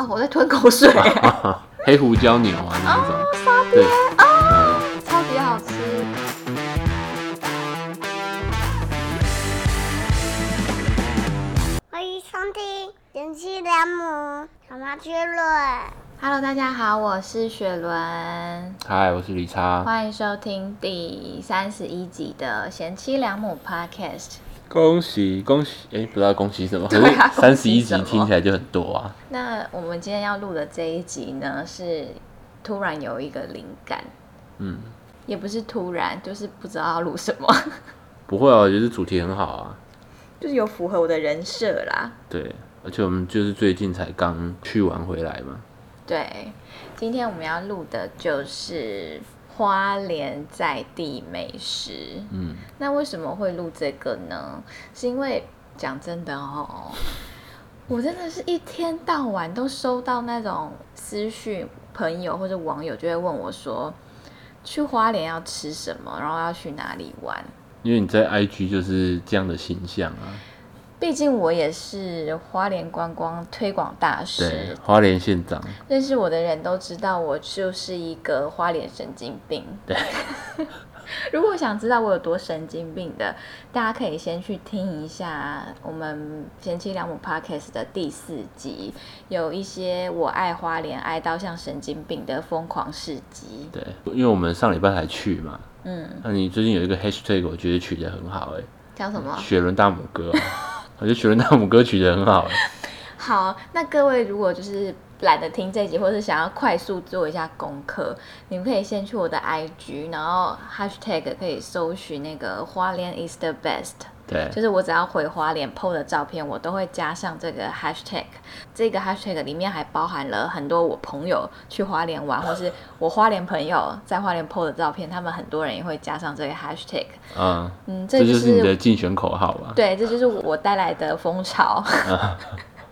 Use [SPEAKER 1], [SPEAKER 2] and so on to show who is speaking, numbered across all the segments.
[SPEAKER 1] 哦我在吞口 水，
[SPEAKER 2] 黑胡椒牛啊那一种，
[SPEAKER 1] 哦沙
[SPEAKER 2] 对，
[SPEAKER 1] 超级好吃。
[SPEAKER 3] 欢迎收听《贤妻良母小麻雀论》。
[SPEAKER 1] Hello，大家好，我是雪伦，
[SPEAKER 2] 嗨，我是李查，
[SPEAKER 1] 欢迎收听第三十一集的贤妻良母 Podcast。
[SPEAKER 2] 恭喜恭喜，哎、不知道恭喜什么，可
[SPEAKER 1] 对啊
[SPEAKER 2] 是三十一
[SPEAKER 1] 恭喜
[SPEAKER 2] 集
[SPEAKER 1] 什么
[SPEAKER 2] 听起来就很多啊，
[SPEAKER 1] 那我们今天要录的这一集呢，是突然有一个灵感，
[SPEAKER 2] 嗯，
[SPEAKER 1] 也不是突然，就是不知道要录什么，
[SPEAKER 2] 不会哦，我觉得主题很好啊，
[SPEAKER 1] 就是有符合我的人设啦。
[SPEAKER 2] 对，而且我们就是最近才刚去玩回来嘛，
[SPEAKER 1] 对，今天我们要录的就是花莲在地美食。
[SPEAKER 2] 嗯，
[SPEAKER 1] 那为什么会录这个呢？是因为讲真的哦， 我真的是一天到晚都收到那种私讯，朋友或者网友就会问我说，去花莲要吃什么，然后要去哪里玩。
[SPEAKER 2] 因为你在 IG 就是这样的形象啊，
[SPEAKER 1] 毕竟我也是花莲观光推广大
[SPEAKER 2] 对
[SPEAKER 1] 使，，
[SPEAKER 2] 花莲县长，
[SPEAKER 1] 认识我的人都知道我就是一个花脸神经病。
[SPEAKER 2] 对。
[SPEAKER 1] 如果想知道我有多神经病的，大家可以先去听一下我们《贤妻良母》Podcast 的第四集，有一些我爱花莲爱到像神经病的疯狂事迹。
[SPEAKER 2] 对，因为我们上礼拜才去嘛，
[SPEAKER 1] 嗯，
[SPEAKER 2] 那你最近有一个 hashtag 我觉得取得很好、哎。
[SPEAKER 1] 叫什么？
[SPEAKER 2] 雪伦大拇哥、啊，我觉得雪伦大拇哥取得很好、欸。
[SPEAKER 1] 好，那各位如果就是懒得听这集，或是想要快速做一下功课，你们可以先去我的 IG，然后 Hashtag 可以搜寻那个花莲 is the best。
[SPEAKER 2] 对，
[SPEAKER 1] 就是我只要回花莲 PO 的照片，我都会加上这个 hashtag。这个 hashtag 里面还包含了很多我朋友去花莲玩，或是我花莲朋友在花莲 PO 的照片，他们很多人也会加上这个 hashtag。
[SPEAKER 2] 嗯，
[SPEAKER 1] 嗯，这
[SPEAKER 2] 这
[SPEAKER 1] 就
[SPEAKER 2] 就是
[SPEAKER 1] 是
[SPEAKER 2] 你的竞选口号吧？
[SPEAKER 1] 对，这就是我带来的风 潮。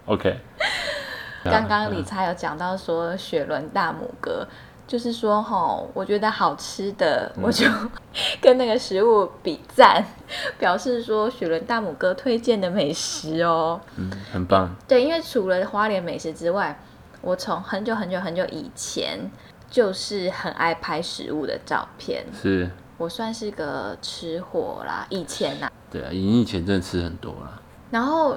[SPEAKER 2] ，OK。
[SPEAKER 1] 刚刚理查有讲到说雪伦大拇哥，就是说吼，我觉得好吃的，
[SPEAKER 2] 嗯
[SPEAKER 1] 我就 跟那个食物比赞，表示说雪伦大拇哥推荐的美食哦。
[SPEAKER 2] 嗯，很棒。
[SPEAKER 1] 对，因为除了花莲美食之外，我从很久很久很久以前就是很爱拍食物的照片。
[SPEAKER 2] 是，
[SPEAKER 1] 我算是个吃货啦，以前啦。
[SPEAKER 2] 对啊，你以前真的吃很多啦。
[SPEAKER 1] 然后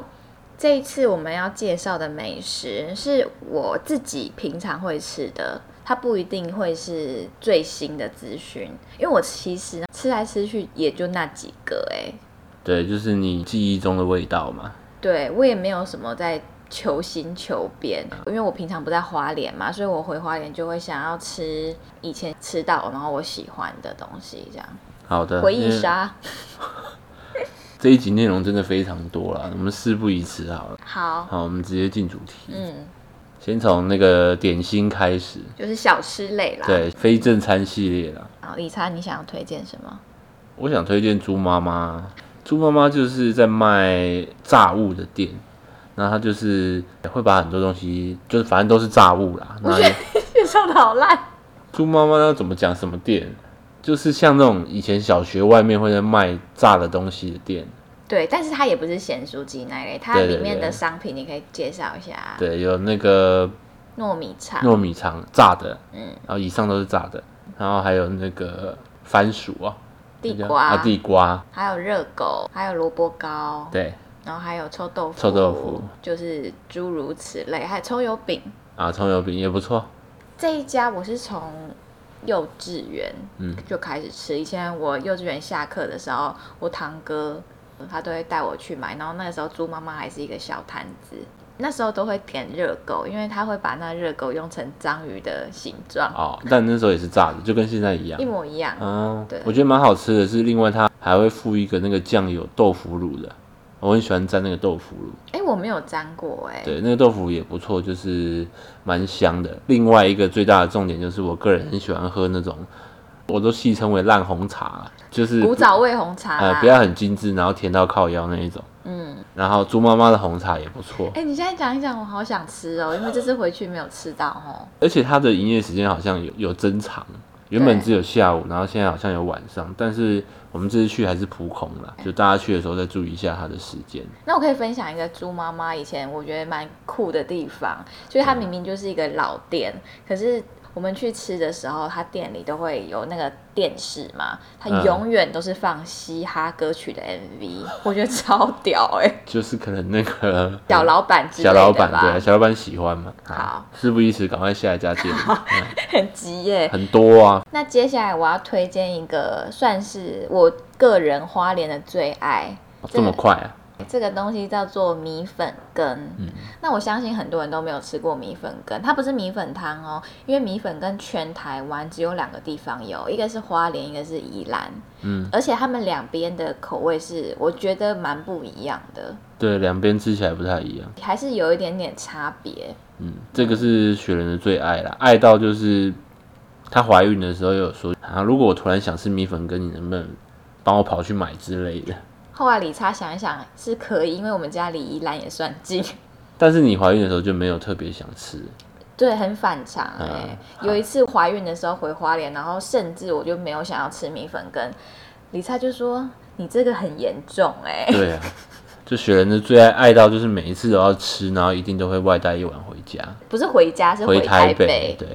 [SPEAKER 1] 这一次我们要介绍的美食是我自己平常会吃的，它不一定会是最新的资讯，因为我其实吃来吃去也就那几个哎、
[SPEAKER 2] 对，就是你记忆中的味道嘛。
[SPEAKER 1] 对我也没有什么在求新求变，
[SPEAKER 2] 嗯
[SPEAKER 1] 因为我平常不在花莲嘛，所以我回花莲就会想要吃以前吃到然后我喜欢的东西，这样
[SPEAKER 2] 好的，
[SPEAKER 1] 回忆
[SPEAKER 2] 嗯因为
[SPEAKER 1] 杀。
[SPEAKER 2] 这一集内容真的非常多啦，我们事不宜迟好了。
[SPEAKER 1] 好，
[SPEAKER 2] 好，我们直接进主题，
[SPEAKER 1] 嗯，
[SPEAKER 2] 先从那个点心开始。
[SPEAKER 1] 就是小吃类啦。，
[SPEAKER 2] 对，非正餐系列啦。
[SPEAKER 1] 好，理查，你想要推荐什么？
[SPEAKER 2] 我想推荐猪妈妈，猪妈妈就是在卖炸物的店，那它就是会把很多东西，就是反正都是炸物啦。
[SPEAKER 1] 我
[SPEAKER 2] 那
[SPEAKER 1] 觉得你介绍的好烂。
[SPEAKER 2] 猪妈妈要怎么讲什么店？就是像那种以前小学外面会在卖炸的东西的店，
[SPEAKER 1] 对，但是它也不是咸酥鸡那一类，它
[SPEAKER 2] 对对
[SPEAKER 1] 里面的
[SPEAKER 2] 对
[SPEAKER 1] 商品你可以介绍一下。
[SPEAKER 2] 对，有那个
[SPEAKER 1] 糯米肠，
[SPEAKER 2] 糯米肠炸的，
[SPEAKER 1] 嗯
[SPEAKER 2] 然后以上都是炸的，然后还有那个番薯啊，
[SPEAKER 1] 地
[SPEAKER 2] 那叫
[SPEAKER 1] 瓜，
[SPEAKER 2] 啊，地瓜，
[SPEAKER 1] 还有热狗，还有萝卜糕。
[SPEAKER 2] 对，
[SPEAKER 1] 然后还有臭豆腐，
[SPEAKER 2] 臭豆腐
[SPEAKER 1] 就是诸如此类，还有葱油饼。
[SPEAKER 2] 啊，葱油饼也不错，
[SPEAKER 1] 这一家我是从幼稚园
[SPEAKER 2] 嗯
[SPEAKER 1] 就开始吃，以前我幼稚园下课的时候，我堂哥他都会带我去买，然后那个时候猪妈妈还是一个小摊子。那时候都会点热狗，因为他会把那热狗用成章鱼的形状，
[SPEAKER 2] 哦，但那时候也是炸的，就跟现在一样
[SPEAKER 1] 一，模一样。
[SPEAKER 2] 哦
[SPEAKER 1] 对，
[SPEAKER 2] 我觉得蛮好吃的是，另外它还会附一个那个酱油豆腐乳的，我很喜欢沾那个豆腐乳。
[SPEAKER 1] 哎、我没有沾过哎、
[SPEAKER 2] 对，那个豆腐乳也不错，就是蛮香的。另外一个最大的重点就是，我个人很喜欢喝那种，我都戏称为烂红茶，就是
[SPEAKER 1] 古早味红茶、啊
[SPEAKER 2] 呃不要很精致，然后甜到靠腰那一种。
[SPEAKER 1] 嗯，
[SPEAKER 2] 然后猪妈妈的红茶也不错，
[SPEAKER 1] 哎、你现在讲一讲，我好想吃哦，因为这次回去没有吃到哦。
[SPEAKER 2] 而且它的营业时间好像有有增长，原本只有下午，然后现在好像有晚上，但是我们这次去还是普孔啦，就大家去的时候再注意一下它的时间。
[SPEAKER 1] 那我可以分享一个猪妈妈以前我觉得蛮酷的地方，就是它明明就是一个老店，可是我们去吃的时候，它店里都会有那个电视嘛，它
[SPEAKER 2] 嗯
[SPEAKER 1] 永远都是放嘻哈歌曲的 MV，、我觉得超屌哎、
[SPEAKER 2] 就是可能那个
[SPEAKER 1] 小老板之类
[SPEAKER 2] 小
[SPEAKER 1] 的
[SPEAKER 2] 嗯老板
[SPEAKER 1] 吧
[SPEAKER 2] 对啊，小老板喜欢嘛。啊
[SPEAKER 1] 好，
[SPEAKER 2] 事不宜迟，赶快下 一家店，
[SPEAKER 1] 很急耶、
[SPEAKER 2] 很多啊。
[SPEAKER 1] 那接下来我要推荐一个算是我个人花莲的最爱，
[SPEAKER 2] 这么快啊？
[SPEAKER 1] 这个东西叫做米粉羹。
[SPEAKER 2] 嗯
[SPEAKER 1] 那我相信很多人都没有吃过米粉羹，它不是米粉汤哦，因为米粉羹全台湾只有两个地方有，一个是花莲，一个是宜兰，
[SPEAKER 2] 嗯，
[SPEAKER 1] 而且他们两边的口味是我觉得蛮不一样的，
[SPEAKER 2] 对，两边吃起来不太一样。
[SPEAKER 1] 还是有一点点差别。
[SPEAKER 2] 嗯，这个是雪人的最爱啦，爱到就是她怀孕的时候有说啊，如果我突然想吃米粉羹，你能不能帮我跑去买之类的？
[SPEAKER 1] 后来李差想一想是可以，因为我们家离宜兰也算近。
[SPEAKER 2] 但是你怀孕的时候就没有特别想 吃，
[SPEAKER 1] 对，很反常哎、
[SPEAKER 2] 嗯
[SPEAKER 1] 有一次怀孕的时候回花莲，然后甚至我就没有想要吃米粉羹，李灿就说：“你这个很严重哎、
[SPEAKER 2] 对啊，就雪人的最爱爱到就是每一次都要吃，然后一定都会外带一碗回家，
[SPEAKER 1] 不是回家，是
[SPEAKER 2] 回
[SPEAKER 1] 台
[SPEAKER 2] 北。对，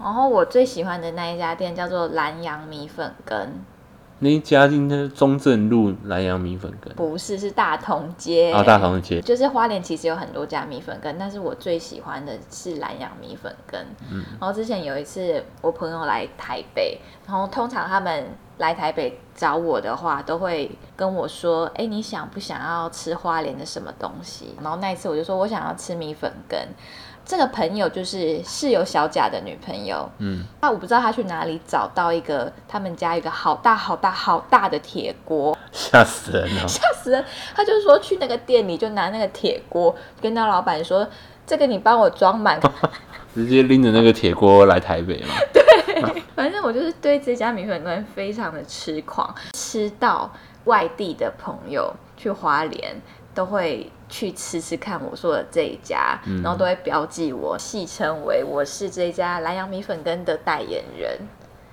[SPEAKER 1] 然后我最喜欢的那一家店叫做南洋米粉羹，
[SPEAKER 2] 那一家应该是中正路南阳米粉羹，
[SPEAKER 1] 不是是大同街。
[SPEAKER 2] 啊，大同街，
[SPEAKER 1] 就是花莲其实有很多家米粉羹，但是我最喜欢的是南洋米粉羹。然后之前有一次我朋友来台北，然后通常他们来台北找我的话，都会跟我说：“哎，你想不想要吃花莲的什么东西？”然后那一次我就说我想要吃米粉羹。这个朋友就是室友小贾的女朋友，
[SPEAKER 2] 嗯，
[SPEAKER 1] 那我不知道她去哪里找到一个他们家一个好大好大好大的铁锅，
[SPEAKER 2] 吓死人了。
[SPEAKER 1] 吓死人！他就说去那个店里就拿那个铁锅，跟那老板说：“这个你帮我装满。
[SPEAKER 2] 直接拎着那个铁锅来台北嘛。”
[SPEAKER 1] 反正我就是对这家米粉羹非常的痴狂，吃到外地的朋友去花莲都会去吃吃看我说的这一家，
[SPEAKER 2] 嗯
[SPEAKER 1] 然后都会标记我，戏称为我是这家南洋米粉羹的代言人。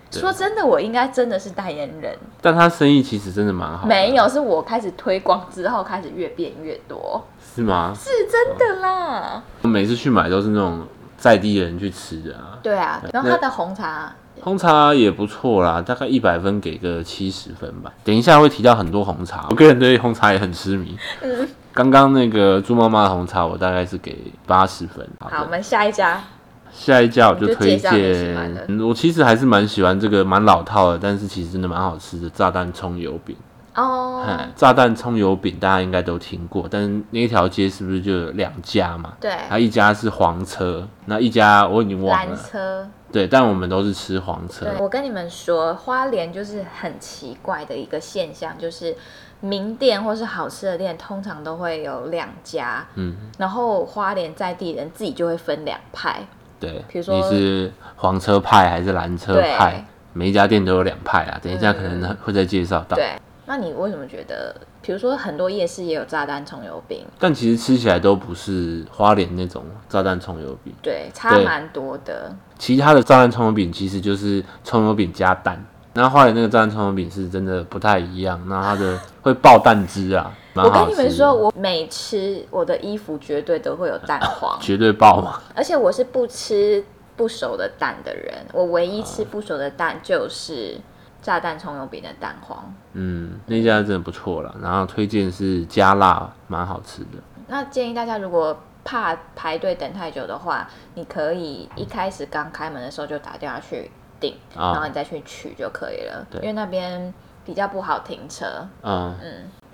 [SPEAKER 2] 对
[SPEAKER 1] 说真的，我应该真的是代言人，
[SPEAKER 2] 但他生意其实真的蛮好的，
[SPEAKER 1] 没有是我开始推广之后开始越变越多，
[SPEAKER 2] 是吗？
[SPEAKER 1] 是真的啦。
[SPEAKER 2] 我每次去买都是那种在地人去吃的啊，
[SPEAKER 1] 对啊，然后它的红茶，
[SPEAKER 2] 红茶也不错啦，大概一百分给个七十分吧。等一下会提到很多红茶，我个人对红茶也很痴迷。
[SPEAKER 1] 嗯，
[SPEAKER 2] 刚刚那个猪妈妈的红茶，我大概是给八十分。好
[SPEAKER 1] 好，我
[SPEAKER 2] 的，
[SPEAKER 1] 们下一家，
[SPEAKER 2] 下一家我
[SPEAKER 1] 你就
[SPEAKER 2] 推
[SPEAKER 1] 介绍你喜欢
[SPEAKER 2] 荐
[SPEAKER 1] 的，
[SPEAKER 2] 嗯我其实还是蛮喜欢这个蛮老套的，但是其实真的蛮好吃的炸弹葱油饼。
[SPEAKER 1] 哦
[SPEAKER 2] 哎，，炸弹葱油饼大家应该都听过，但是那一条街是不是就有两家嘛？
[SPEAKER 1] 对，
[SPEAKER 2] 它一家是黄车，那一家我已经忘
[SPEAKER 1] 蓝
[SPEAKER 2] 了。
[SPEAKER 1] 车，
[SPEAKER 2] 对，但我们都是吃黄车。
[SPEAKER 1] 对我跟你们说，花莲就是很奇怪的一个现象，就是名店或是好吃的店通常都会有两家，
[SPEAKER 2] 嗯，
[SPEAKER 1] 然后花莲在地人自己就会分两派，
[SPEAKER 2] 对。
[SPEAKER 1] 比如说
[SPEAKER 2] 你是黄车派还是蓝车派
[SPEAKER 1] 对？
[SPEAKER 2] 每一家店都有两派啊啦，等一下
[SPEAKER 1] 嗯
[SPEAKER 2] 可能会再介绍到。
[SPEAKER 1] 对。那你为什么觉得，比如说很多夜市也有炸弹葱油饼，
[SPEAKER 2] 但其实吃起来都不是花莲那种炸弹葱油饼，
[SPEAKER 1] 对，差
[SPEAKER 2] 对
[SPEAKER 1] 蛮多的，
[SPEAKER 2] 其他的炸弹葱油饼其实就是葱油饼加蛋。那花莲那个炸弹葱油饼是真的不太一样，那它的会爆蛋汁啊，蛮
[SPEAKER 1] 我
[SPEAKER 2] 好吃的
[SPEAKER 1] 跟你们说，我每吃我的衣服绝对都会有蛋 黄，
[SPEAKER 2] 绝对爆嘛！
[SPEAKER 1] 而且我是不吃不熟的蛋的人，我唯一吃不熟的蛋就是炸弹葱油饼的蛋黄。
[SPEAKER 2] 嗯，那家真的不错啦，然后推荐是加辣，蛮好吃的。
[SPEAKER 1] 那建议大家如果怕排队等太久的话，你可以一开始刚开门的时候就打电话去订，
[SPEAKER 2] 啊
[SPEAKER 1] 然后你再去取就可以了，
[SPEAKER 2] 对
[SPEAKER 1] 因为那边比较不好停车。
[SPEAKER 2] 嗯，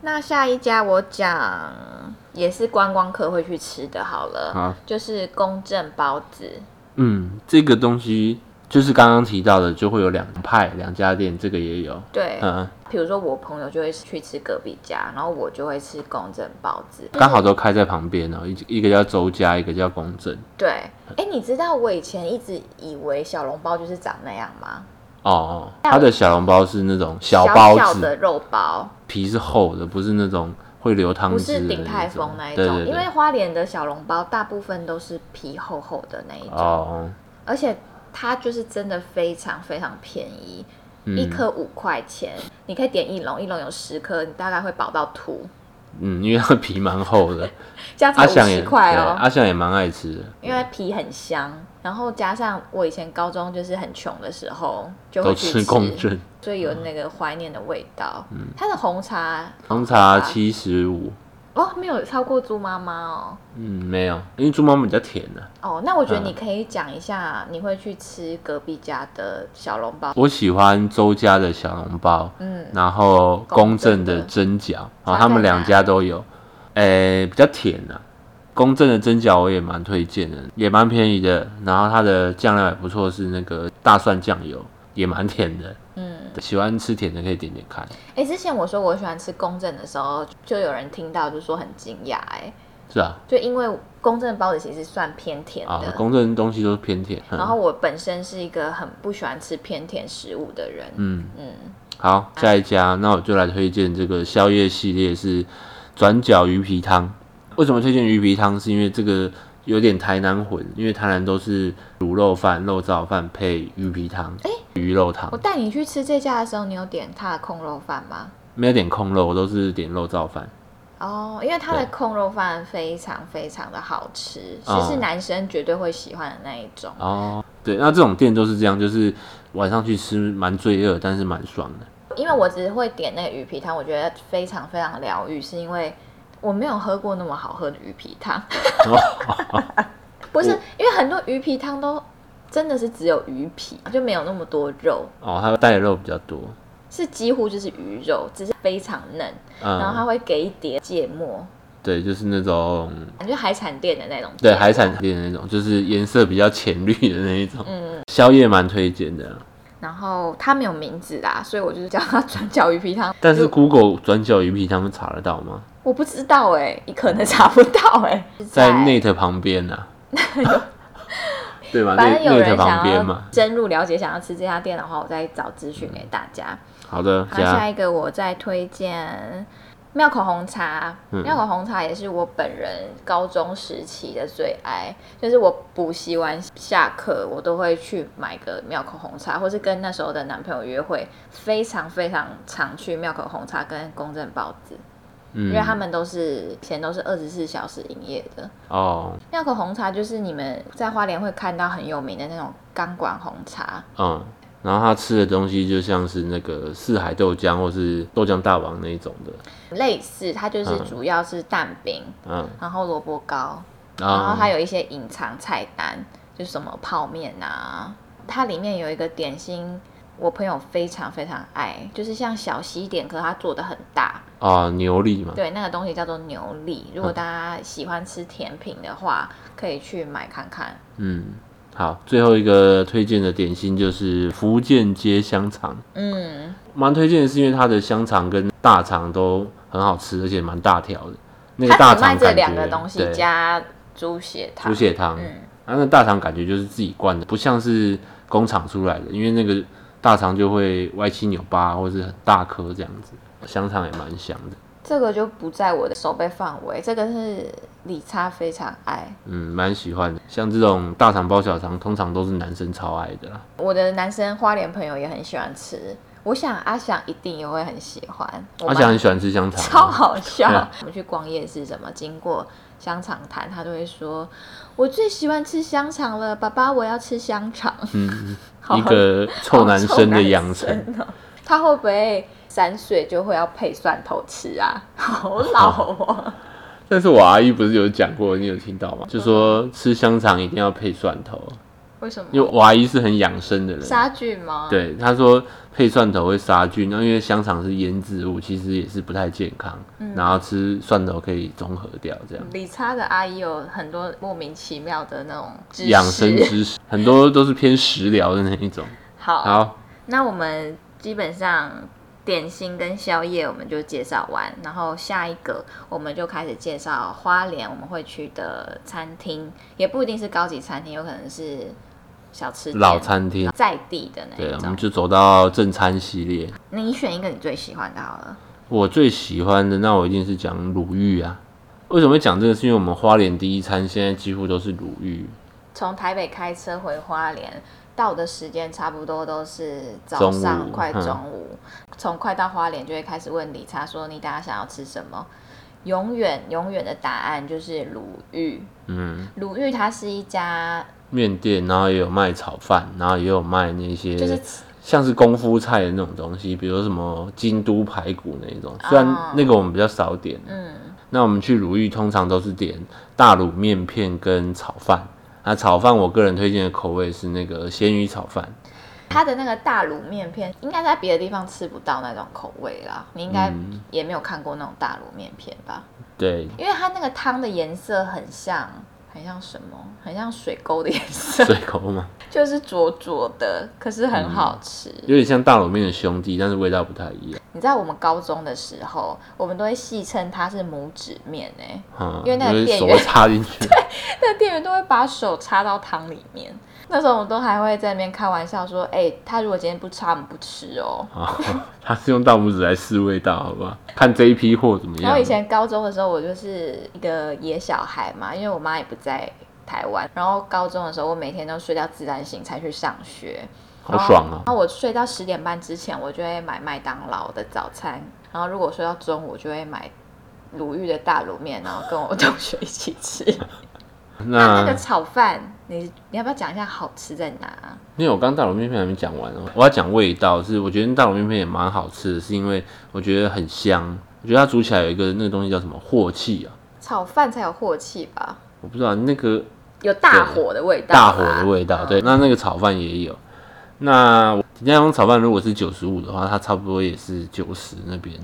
[SPEAKER 1] 那下一家我讲也是观光客会去吃的，好了，
[SPEAKER 2] 好
[SPEAKER 1] 就是公正包子。
[SPEAKER 2] 嗯，这个东西就是刚刚提到的，就会有两派两家店，这个也有。
[SPEAKER 1] 对，
[SPEAKER 2] 嗯，
[SPEAKER 1] 比如说我朋友就会去吃隔壁家，然后我就会吃公正包子。
[SPEAKER 2] 刚好都开在旁边哦，一一个叫周家，一个叫公正。
[SPEAKER 1] 对，哎，你知道我以前一直以为小笼包就是长那样吗？
[SPEAKER 2] 哦哦，它的小笼包是那种小
[SPEAKER 1] 小
[SPEAKER 2] 包
[SPEAKER 1] 小
[SPEAKER 2] 子，
[SPEAKER 1] 的肉包，
[SPEAKER 2] 皮是厚的，不是那种会流汤
[SPEAKER 1] 不
[SPEAKER 2] 汁的
[SPEAKER 1] 是
[SPEAKER 2] 那种。
[SPEAKER 1] 鼎泰丰那一种，
[SPEAKER 2] 嗯对对
[SPEAKER 1] 因
[SPEAKER 2] 对
[SPEAKER 1] 为花莲的小笼包大部分都是皮厚厚的那一种，
[SPEAKER 2] 哦，
[SPEAKER 1] 而且它就是真的非常非常便宜，
[SPEAKER 2] 嗯
[SPEAKER 1] 一颗五块钱，你可以点一笼，一笼有十颗，你大概会饱到吐，
[SPEAKER 2] 嗯，因为它皮蛮厚的，
[SPEAKER 1] 这样才
[SPEAKER 2] 阿
[SPEAKER 1] 五
[SPEAKER 2] 翔也
[SPEAKER 1] 十块
[SPEAKER 2] 对
[SPEAKER 1] 哦。
[SPEAKER 2] 阿翔也蛮爱吃的，
[SPEAKER 1] 因为皮很香，然后加上我以前高中就是很穷的时候，就
[SPEAKER 2] 都
[SPEAKER 1] 会去
[SPEAKER 2] 吃嗯公正，
[SPEAKER 1] 所以有那个怀念的味道。它的红茶
[SPEAKER 2] 红茶七十五，
[SPEAKER 1] 哦，没有超过猪妈妈哦。
[SPEAKER 2] 嗯，没有，因为猪妈妈比较甜的、
[SPEAKER 1] 哦，那我觉得
[SPEAKER 2] 嗯
[SPEAKER 1] 你可以讲一下，你会去吃隔壁家的小笼包。
[SPEAKER 2] 我喜欢周家的小笼包，
[SPEAKER 1] 嗯，
[SPEAKER 2] 然后公正的蒸饺，啊，他们两家都有，诶、比较甜啊。公正的蒸饺我也蛮推荐的，也蛮便宜的，然后它的酱料也不错，是那个大蒜酱油，也蛮甜的。嗯，喜欢吃甜的可以点点看，
[SPEAKER 1] 哎，之前我说我喜欢吃公正的时候，就有人听到就说很惊讶，哎，
[SPEAKER 2] 是啊，
[SPEAKER 1] 就因为公正的包子其实算偏甜
[SPEAKER 2] 啊
[SPEAKER 1] 的，，
[SPEAKER 2] 公正的东西都是偏甜。嗯
[SPEAKER 1] 然后我本身是一个很不喜欢吃偏甜食物的人，
[SPEAKER 2] 嗯
[SPEAKER 1] 嗯，
[SPEAKER 2] 好，下一家，那我就来推荐这个宵夜系列是转角鱼皮汤。为什么推荐鱼皮汤？是因为这个有点台南混，因为台南都是卤肉饭、肉燥饭配鱼皮汤、
[SPEAKER 1] 诶
[SPEAKER 2] 鱼肉汤
[SPEAKER 1] 我，带你去吃这家的时候，你有点他的空肉饭吗？
[SPEAKER 2] 没有点空肉，我都是点肉燥饭。
[SPEAKER 1] 哦，因为他的
[SPEAKER 2] 对
[SPEAKER 1] 空肉饭非常非常的好吃，
[SPEAKER 2] 哦
[SPEAKER 1] 是是男生绝对会喜欢的那一种。
[SPEAKER 2] 哦，对，那这种店都是这样，就是晚上去吃蛮罪恶，但是蛮爽的。
[SPEAKER 1] 因为我只会点那个鱼皮汤，我觉得非常非常疗愈，是因为我没有喝过那么好喝的鱼皮汤。哦 不是，因为很多鱼皮汤都真的是只有鱼皮，就没有那么多肉，
[SPEAKER 2] 哦，它带的肉比较多，
[SPEAKER 1] 是几乎就是鱼肉，只是非常嫩，然后它
[SPEAKER 2] 嗯，
[SPEAKER 1] 会给一碟芥末，
[SPEAKER 2] 对，就是那种
[SPEAKER 1] 感觉海产店的那种芥末。
[SPEAKER 2] 对海产店的那种，就是颜色比较浅绿的那一种。
[SPEAKER 1] 嗯，
[SPEAKER 2] 宵夜蛮推荐的啊、
[SPEAKER 1] 然后它没有名字啦，所以我就是叫它转角鱼皮汤。
[SPEAKER 2] 但是
[SPEAKER 1] 如
[SPEAKER 2] Google 转角鱼皮汤查得到吗？
[SPEAKER 1] 我不知道哎、你可能查不到哎、
[SPEAKER 2] 在 Net 旁 边呐、啊，对吧
[SPEAKER 1] 反正有
[SPEAKER 2] ？Net
[SPEAKER 1] 人
[SPEAKER 2] 旁
[SPEAKER 1] 想
[SPEAKER 2] 边
[SPEAKER 1] 要
[SPEAKER 2] 嘛。
[SPEAKER 1] 深入了解，想要吃这家店的话，我再找资讯给大家。
[SPEAKER 2] 好的，
[SPEAKER 1] 那下
[SPEAKER 2] 加
[SPEAKER 1] 一个我再推荐妙口红茶，
[SPEAKER 2] 嗯
[SPEAKER 1] 妙口红茶也是我本人高中时期的最爱，就是我补习完下课，我都会去买个妙口红茶，或是跟那时候的男朋友约会，非常非常常去妙口红茶跟公正包子，因为他
[SPEAKER 2] 嗯
[SPEAKER 1] 们都是以前都是二十四小时营业的。
[SPEAKER 2] 哦
[SPEAKER 1] 妙口红茶就是你们在花莲会看到很有名的那种钢管红茶，
[SPEAKER 2] 嗯，然后他吃的东西就像是那个四海豆浆或是豆浆大王那一种的，
[SPEAKER 1] 类似它就是
[SPEAKER 2] 嗯
[SPEAKER 1] 主要是蛋饼，
[SPEAKER 2] 嗯，啊
[SPEAKER 1] 然后萝卜糕，
[SPEAKER 2] 然
[SPEAKER 1] 然后还
[SPEAKER 2] 有
[SPEAKER 1] 有一些隐藏菜单，就是什么泡面啊，它里面有一个点心，我朋友非常非常爱，就是像小西点，可是它做的很大，
[SPEAKER 2] 啊牛力嘛，
[SPEAKER 1] 对，那个东西叫做牛粒。如果
[SPEAKER 2] 嗯
[SPEAKER 1] 大家喜欢吃甜品的话，可以去买看看。
[SPEAKER 2] 嗯，好，最后一个推荐的点心就是福建街香肠，
[SPEAKER 1] 嗯，
[SPEAKER 2] 蛮推荐的是因为它的香肠跟大肠都很好吃，而且蛮大条的。那个
[SPEAKER 1] 它
[SPEAKER 2] 大
[SPEAKER 1] 只卖
[SPEAKER 2] 肠
[SPEAKER 1] 这
[SPEAKER 2] 感觉
[SPEAKER 1] 两个东西
[SPEAKER 2] 对
[SPEAKER 1] 加猪血汤，
[SPEAKER 2] 猪血汤，
[SPEAKER 1] 嗯
[SPEAKER 2] 啊，那大肠感觉就是自己灌的，不像是工厂出来的，因为那个大肠就会歪七扭八或是很大颗这样子。香肠也蛮香的，
[SPEAKER 1] 这个就不在我的手背范围，这个是理查非常爱。
[SPEAKER 2] 嗯，蛮喜欢的。像这种大肠包小肠，通常都是男生超爱的啦。
[SPEAKER 1] 我的男生花莲朋友也很喜欢吃，我想阿翔一定也会很喜欢。我
[SPEAKER 2] 而
[SPEAKER 1] 们
[SPEAKER 2] 且啊很喜欢吃香 肠
[SPEAKER 1] 超
[SPEAKER 2] 啊，
[SPEAKER 1] 好笑
[SPEAKER 2] 对。
[SPEAKER 1] 我们去逛夜市，什么经过香肠摊，他都会说：“我最喜欢吃香肠了，爸爸，我要吃香肠。
[SPEAKER 2] 嗯，
[SPEAKER 1] 好
[SPEAKER 2] 一个臭男生的养
[SPEAKER 1] 好臭男
[SPEAKER 2] 成，
[SPEAKER 1] 生哦他会不会三岁就会要配蒜头吃啊？ 好老 哦！
[SPEAKER 2] 但是我阿姨不是有讲过，你有听到吗？就说吃香肠一定要配蒜头，
[SPEAKER 1] 为什么？
[SPEAKER 2] 因为我阿姨是很养生的人，
[SPEAKER 1] 杀菌吗？，
[SPEAKER 2] 对，他说配蒜头会杀菌，那因为香肠是腌制物，其实也是不太健康。然后吃蒜头可以综合掉，这样
[SPEAKER 1] 理查的阿姨有很多莫名其妙的那种知识
[SPEAKER 2] 养生知识很多都是偏食疗的那一种。
[SPEAKER 1] 好，
[SPEAKER 2] 好，
[SPEAKER 1] 那我们基本上点心跟宵夜我们就介绍完，然后下一个我们就开始介绍花莲我们会去的餐厅，也不一定是高级餐厅，有可能是小吃店
[SPEAKER 2] 老餐厅，
[SPEAKER 1] 在地的那
[SPEAKER 2] 对，我
[SPEAKER 1] 一
[SPEAKER 2] 们
[SPEAKER 1] 种。
[SPEAKER 2] 就走到正餐系列。
[SPEAKER 1] 你选一个你最喜欢的好了。
[SPEAKER 2] 我最喜欢的，那我一定是讲鲁豫啊。为什么会讲这个？是因为我们花莲第一餐现在几乎都是鲁豫，
[SPEAKER 1] 从台北开车回花莲，到的时间差不多都是早
[SPEAKER 2] 中午
[SPEAKER 1] 上快
[SPEAKER 2] 嗯
[SPEAKER 1] 中午，从快到花莲就会开始问理查说你等下想要吃什么。永远永远的答案就是鲁豫，
[SPEAKER 2] 嗯，
[SPEAKER 1] 鲁豫它是一家
[SPEAKER 2] 面店，然后也有卖炒饭，然后也有卖那些
[SPEAKER 1] 就是
[SPEAKER 2] 像是功夫菜的那种东西，比如什么京都排骨那一种，虽然
[SPEAKER 1] 哦
[SPEAKER 2] 那个我们比较少点，啊
[SPEAKER 1] 嗯
[SPEAKER 2] 那我们去鲁豫通常都是点大卤面片跟炒饭。那炒饭我个人推荐的口味是那个鲜鱼炒饭，
[SPEAKER 1] 它的那个大卤面片，应该在别的地方吃不到那种口味啦，你应该
[SPEAKER 2] 嗯
[SPEAKER 1] 也没有看过那种大卤面片吧？
[SPEAKER 2] 对，
[SPEAKER 1] 因为它那个汤的颜色很像，很像什么？很像水沟的颜色，
[SPEAKER 2] 水口嘛，
[SPEAKER 1] 就是浊浊的，可是很好吃。
[SPEAKER 2] 有点像大卤面的兄弟，但是味道不太一样。
[SPEAKER 1] 你知道我们高中的时候，我们都会戏称它是拇指面哎、
[SPEAKER 2] 嗯，
[SPEAKER 1] 因为那个
[SPEAKER 2] 就是
[SPEAKER 1] 店
[SPEAKER 2] 手
[SPEAKER 1] 员
[SPEAKER 2] 会插进去，
[SPEAKER 1] 那店员都会把手插到汤里面。那时候我们都还会在那边开玩笑说：“哎、他如果今天不插，我们不吃哦。
[SPEAKER 2] 啊，他是用大拇指来试味道，好不好？看这一批货怎么”样。
[SPEAKER 1] 然后以前高中的时候，我就是一个野小孩嘛，因为我妈也不在台湾。然后高中的时候，我每天都睡到自然醒才去上学。
[SPEAKER 2] 好爽啊
[SPEAKER 1] 然！后我睡到十点半之前，我就会买麦当劳的早餐。然后如果睡到中午，我就会买鲁豫的大卤面，然后跟我同学一起吃。那那
[SPEAKER 2] 那
[SPEAKER 1] 个炒饭，你你要不要讲一下好吃在哪啊？
[SPEAKER 2] 因为我刚大卤面片还没讲完哦，我要讲味道是，我觉得大卤面片也蛮好吃的，是因为我觉得很香，我觉得它煮起来有一个那个东西叫什么镬气啊，
[SPEAKER 1] 炒饭才有镬气吧？
[SPEAKER 2] 我不知道那个
[SPEAKER 1] 有大火的味道
[SPEAKER 2] 大
[SPEAKER 1] 啦，
[SPEAKER 2] 火的味道，
[SPEAKER 1] 嗯
[SPEAKER 2] 对，那那个炒饭也有。那我家用炒饭如果是九十五的话，它差不多也是九十那边。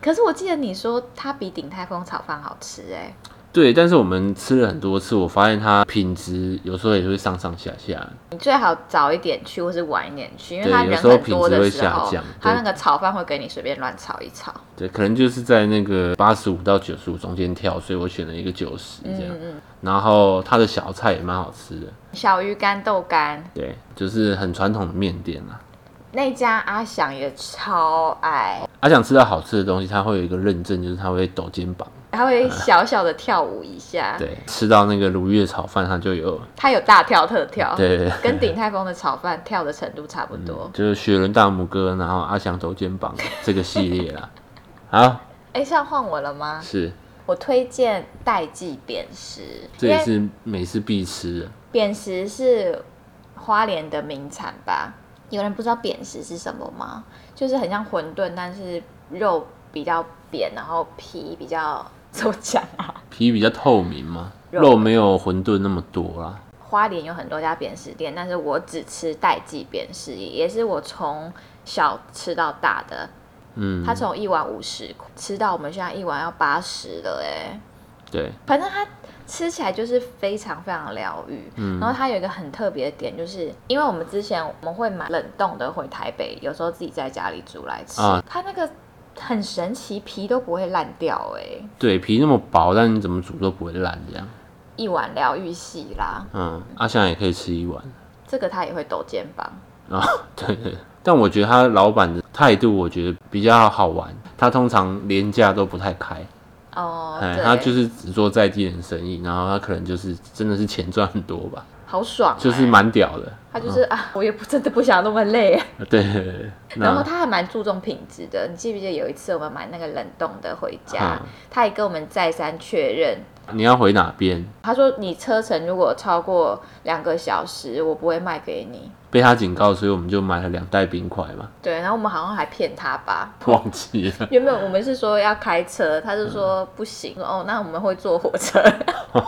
[SPEAKER 1] 可是我记得你说它比鼎泰丰炒饭好吃哎、
[SPEAKER 2] 对，但是我们吃了很多次，我发现它品质有时候也会上上下下。
[SPEAKER 1] 你最好早一点去，或是晚一点去，因为
[SPEAKER 2] 对
[SPEAKER 1] 它
[SPEAKER 2] 有
[SPEAKER 1] 人
[SPEAKER 2] 时候
[SPEAKER 1] 很
[SPEAKER 2] 品
[SPEAKER 1] 多
[SPEAKER 2] 质
[SPEAKER 1] 的
[SPEAKER 2] 会
[SPEAKER 1] 时
[SPEAKER 2] 下
[SPEAKER 1] 候
[SPEAKER 2] 降，
[SPEAKER 1] 它那
[SPEAKER 2] 对
[SPEAKER 1] 个炒饭会给你随便乱炒一炒。
[SPEAKER 2] 对，可能就是在那个八十五到九十五中间跳，所以我选了一个九十这样。
[SPEAKER 1] 嗯嗯，
[SPEAKER 2] 然后它的小菜也蛮好吃的，
[SPEAKER 1] 小鱼干、豆干，
[SPEAKER 2] 对，就是很传统的面店啊啦。
[SPEAKER 1] 那家阿翔也超爱，
[SPEAKER 2] 他啊想吃到好吃的东西，他会有一个认证，就是他会抖肩膀。
[SPEAKER 1] 他会小小的跳舞一下，
[SPEAKER 2] 对，吃到那个如月炒饭，他就有
[SPEAKER 1] 他有大跳特跳，
[SPEAKER 2] 对对对嗯
[SPEAKER 1] 跟鼎泰丰的炒饭跳的程度差不多。
[SPEAKER 2] 就是雪人大拇哥，然后阿翔抖肩 膀这个系列啦。好，
[SPEAKER 1] 哎、现在换我了吗？
[SPEAKER 2] 是，
[SPEAKER 1] 我推荐代记扁食，
[SPEAKER 2] 这
[SPEAKER 1] 因
[SPEAKER 2] 也
[SPEAKER 1] 为
[SPEAKER 2] 是每次必吃的。
[SPEAKER 1] 扁食是花莲的名产吧？有人不知道扁食是什么吗？就是很像馄饨，但是肉比较扁，然后皮比较 怎么讲啊？
[SPEAKER 2] 皮比较透明嘛，
[SPEAKER 1] 肉
[SPEAKER 2] 肉没有馄饨那么多啦。
[SPEAKER 1] 花莲有很多家扁食店，但是我只吃代记扁食，也是我从小吃到大的。
[SPEAKER 2] 嗯
[SPEAKER 1] 它，从一碗五十吃到我们现在一碗要八十了、哎，
[SPEAKER 2] 对，
[SPEAKER 1] 反正它吃起来就是非常非常疗愈。
[SPEAKER 2] 嗯
[SPEAKER 1] 然后它有一个很特别的点，就是因为我们之前我们会买冷冻的回台北，有时候自己在家里煮来吃，
[SPEAKER 2] 啊
[SPEAKER 1] 它那个很神奇，皮都不会烂掉、哎，
[SPEAKER 2] 对，皮那么薄，但你怎么煮都不会烂这样。
[SPEAKER 1] 一碗疗愈系啦，
[SPEAKER 2] 嗯，阿翔也可以吃一碗
[SPEAKER 1] 这个它也会抖肩膀。
[SPEAKER 2] 啊、对对， 但我觉得他老板的态度，我觉得比较好玩。他通常廉价都不太开，
[SPEAKER 1] 哦，
[SPEAKER 2] 哎、
[SPEAKER 1] 对，
[SPEAKER 2] 他就是只做在地人生意，然后他可能就是真的是钱赚很多吧，
[SPEAKER 1] 好爽、
[SPEAKER 2] 就是
[SPEAKER 1] 哎
[SPEAKER 2] 蛮屌的。
[SPEAKER 1] 他就是、啊， 我也不真的不想那么累、
[SPEAKER 2] 对对对对，
[SPEAKER 1] 然后
[SPEAKER 2] 那
[SPEAKER 1] 他还蛮注重品质的，你记不记得有一次我们买那个冷冻的回家，
[SPEAKER 2] 嗯
[SPEAKER 1] 他也跟我们再三确认，
[SPEAKER 2] 你要回哪边？
[SPEAKER 1] 他说你车程如果超过两个小时，我不会卖给你。
[SPEAKER 2] 被他警告，所以我们就买了两袋冰块嘛，
[SPEAKER 1] 对，然后我们好像还骗他吧。
[SPEAKER 2] 忘记了。
[SPEAKER 1] 原本我们是说要开车，他就说不行，说哦，那我们会坐火车。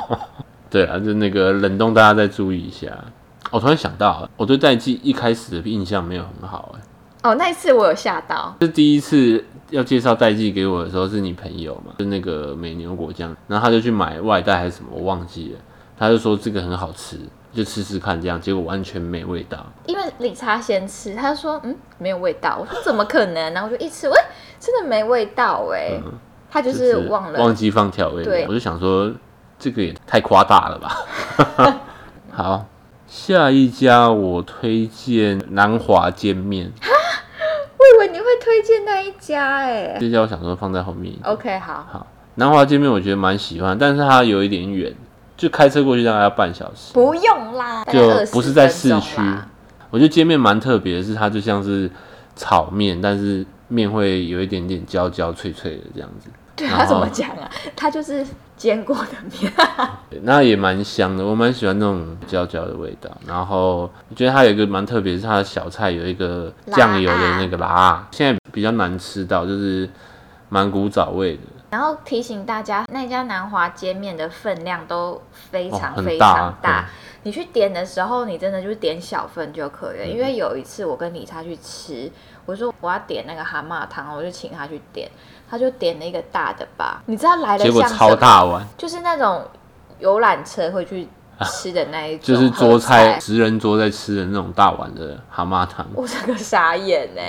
[SPEAKER 2] 对啊，就那个冷冻，大家再注意一下。我突然想到，我对代记一开始的印象没有很好、欸，
[SPEAKER 1] 哦，那一次我有吓到，
[SPEAKER 2] 是第一次要介绍代记给我的时候，是你朋友嘛，是那个美牛果酱，然后他就去买外带还是什么，我忘记了，他就说这个很好吃，就吃吃看这样，结果完全没味道，
[SPEAKER 1] 因为理查先吃，他说嗯没有味道，我说怎么可能？然后我就一吃，喂，真的没味道哎、他就是忘了
[SPEAKER 2] 忘记放调味
[SPEAKER 1] 对
[SPEAKER 2] 料，我就想说这个也太夸大了吧。 好，下一家我推荐南华煎面，
[SPEAKER 1] 我以为你会推荐那一家哎、
[SPEAKER 2] 这家我想说放在后面一点。
[SPEAKER 1] OK，好，
[SPEAKER 2] 好，南华煎面我觉得蛮喜欢，但是它有一点远，就开车过去大概要半小时。
[SPEAKER 1] 不用啦，大概
[SPEAKER 2] 就
[SPEAKER 1] 20
[SPEAKER 2] 不是在
[SPEAKER 1] 分钟
[SPEAKER 2] 市区
[SPEAKER 1] 啦。
[SPEAKER 2] 我觉得煎面蛮特别的是，它就像是炒面，但是面会有一点点焦焦脆脆的这样子。
[SPEAKER 1] 对
[SPEAKER 2] 然
[SPEAKER 1] 啊，
[SPEAKER 2] 后
[SPEAKER 1] 他怎么讲啊？他就是煎过的面，
[SPEAKER 2] 对那也蛮香的，我蛮喜欢那种焦焦的味道。然后我觉得它有一个蛮特别，是它的小菜有一个酱油的那个辣啊，现在比较难吃到，就是蛮古早味的，
[SPEAKER 1] 然后提醒大家，那家南华煎面的分量都非常
[SPEAKER 2] 哦很
[SPEAKER 1] 非
[SPEAKER 2] 大
[SPEAKER 1] 常
[SPEAKER 2] 啊
[SPEAKER 1] 大。你去点的时候，你真的就是点小份就可以
[SPEAKER 2] 嗯
[SPEAKER 1] 了。因为有一次我跟李莎去吃，我说我要点那个蛤蟆汤，我就请他去点，他就点了一个大的吧。你知道来的
[SPEAKER 2] 结果
[SPEAKER 1] 像什
[SPEAKER 2] 超
[SPEAKER 1] 么？
[SPEAKER 2] 大碗，
[SPEAKER 1] 就是那种游览车会去吃的那一种，
[SPEAKER 2] 就是
[SPEAKER 1] 合
[SPEAKER 2] 桌菜十人桌在吃的那种大碗的蛤蟆汤。
[SPEAKER 1] 我整个傻眼呢、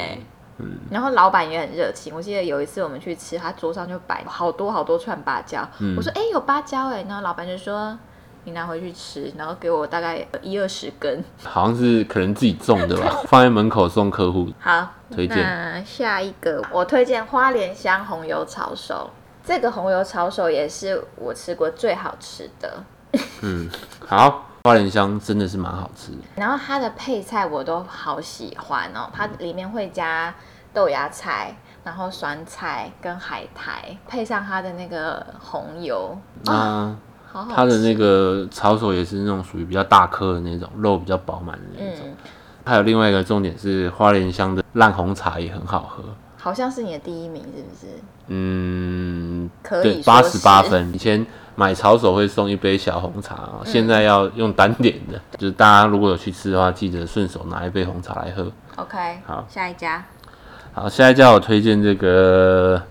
[SPEAKER 2] 嗯
[SPEAKER 1] 然后老板也很热情，我记得有一次我们去吃，他桌上就摆好多好多串芭蕉，
[SPEAKER 2] 嗯
[SPEAKER 1] 我说哎、诶有芭蕉哎、然后老板就说你拿回去吃，然后给我大概一二十根。
[SPEAKER 2] 好像是可能自己种的 吧，放在门口送客户。
[SPEAKER 1] 好，
[SPEAKER 2] 推荐
[SPEAKER 1] 那下一个我推荐花莲香红油抄手，这个红油抄手也是我吃过最好吃的，
[SPEAKER 2] 嗯，好，花莲香真的是蛮好吃的。
[SPEAKER 1] 然后它的配菜我都好喜欢哦，它里面会加豆芽菜，然后酸菜跟海苔，配上它的那个红油，
[SPEAKER 2] 那
[SPEAKER 1] 好好吃。
[SPEAKER 2] 它的那个抄手也是那种属于比较大颗的那种，肉比较饱满的那种。
[SPEAKER 1] 嗯，
[SPEAKER 2] 还有另外一个重点是，花莲香的烂红茶也很好喝。
[SPEAKER 1] 好像是你的第一名是不是？
[SPEAKER 2] 嗯，
[SPEAKER 1] 可
[SPEAKER 2] 对
[SPEAKER 1] 以，
[SPEAKER 2] 八
[SPEAKER 1] 说
[SPEAKER 2] 十
[SPEAKER 1] 是
[SPEAKER 2] 八。分。以前买抄手会送一杯小红茶
[SPEAKER 1] 嗯
[SPEAKER 2] 哦、现在要用单点的。就是大家如果有去吃的话，记得顺手拿一杯红茶来喝。
[SPEAKER 1] OK，
[SPEAKER 2] 好
[SPEAKER 1] 下一家
[SPEAKER 2] 好，下一家我推荐这个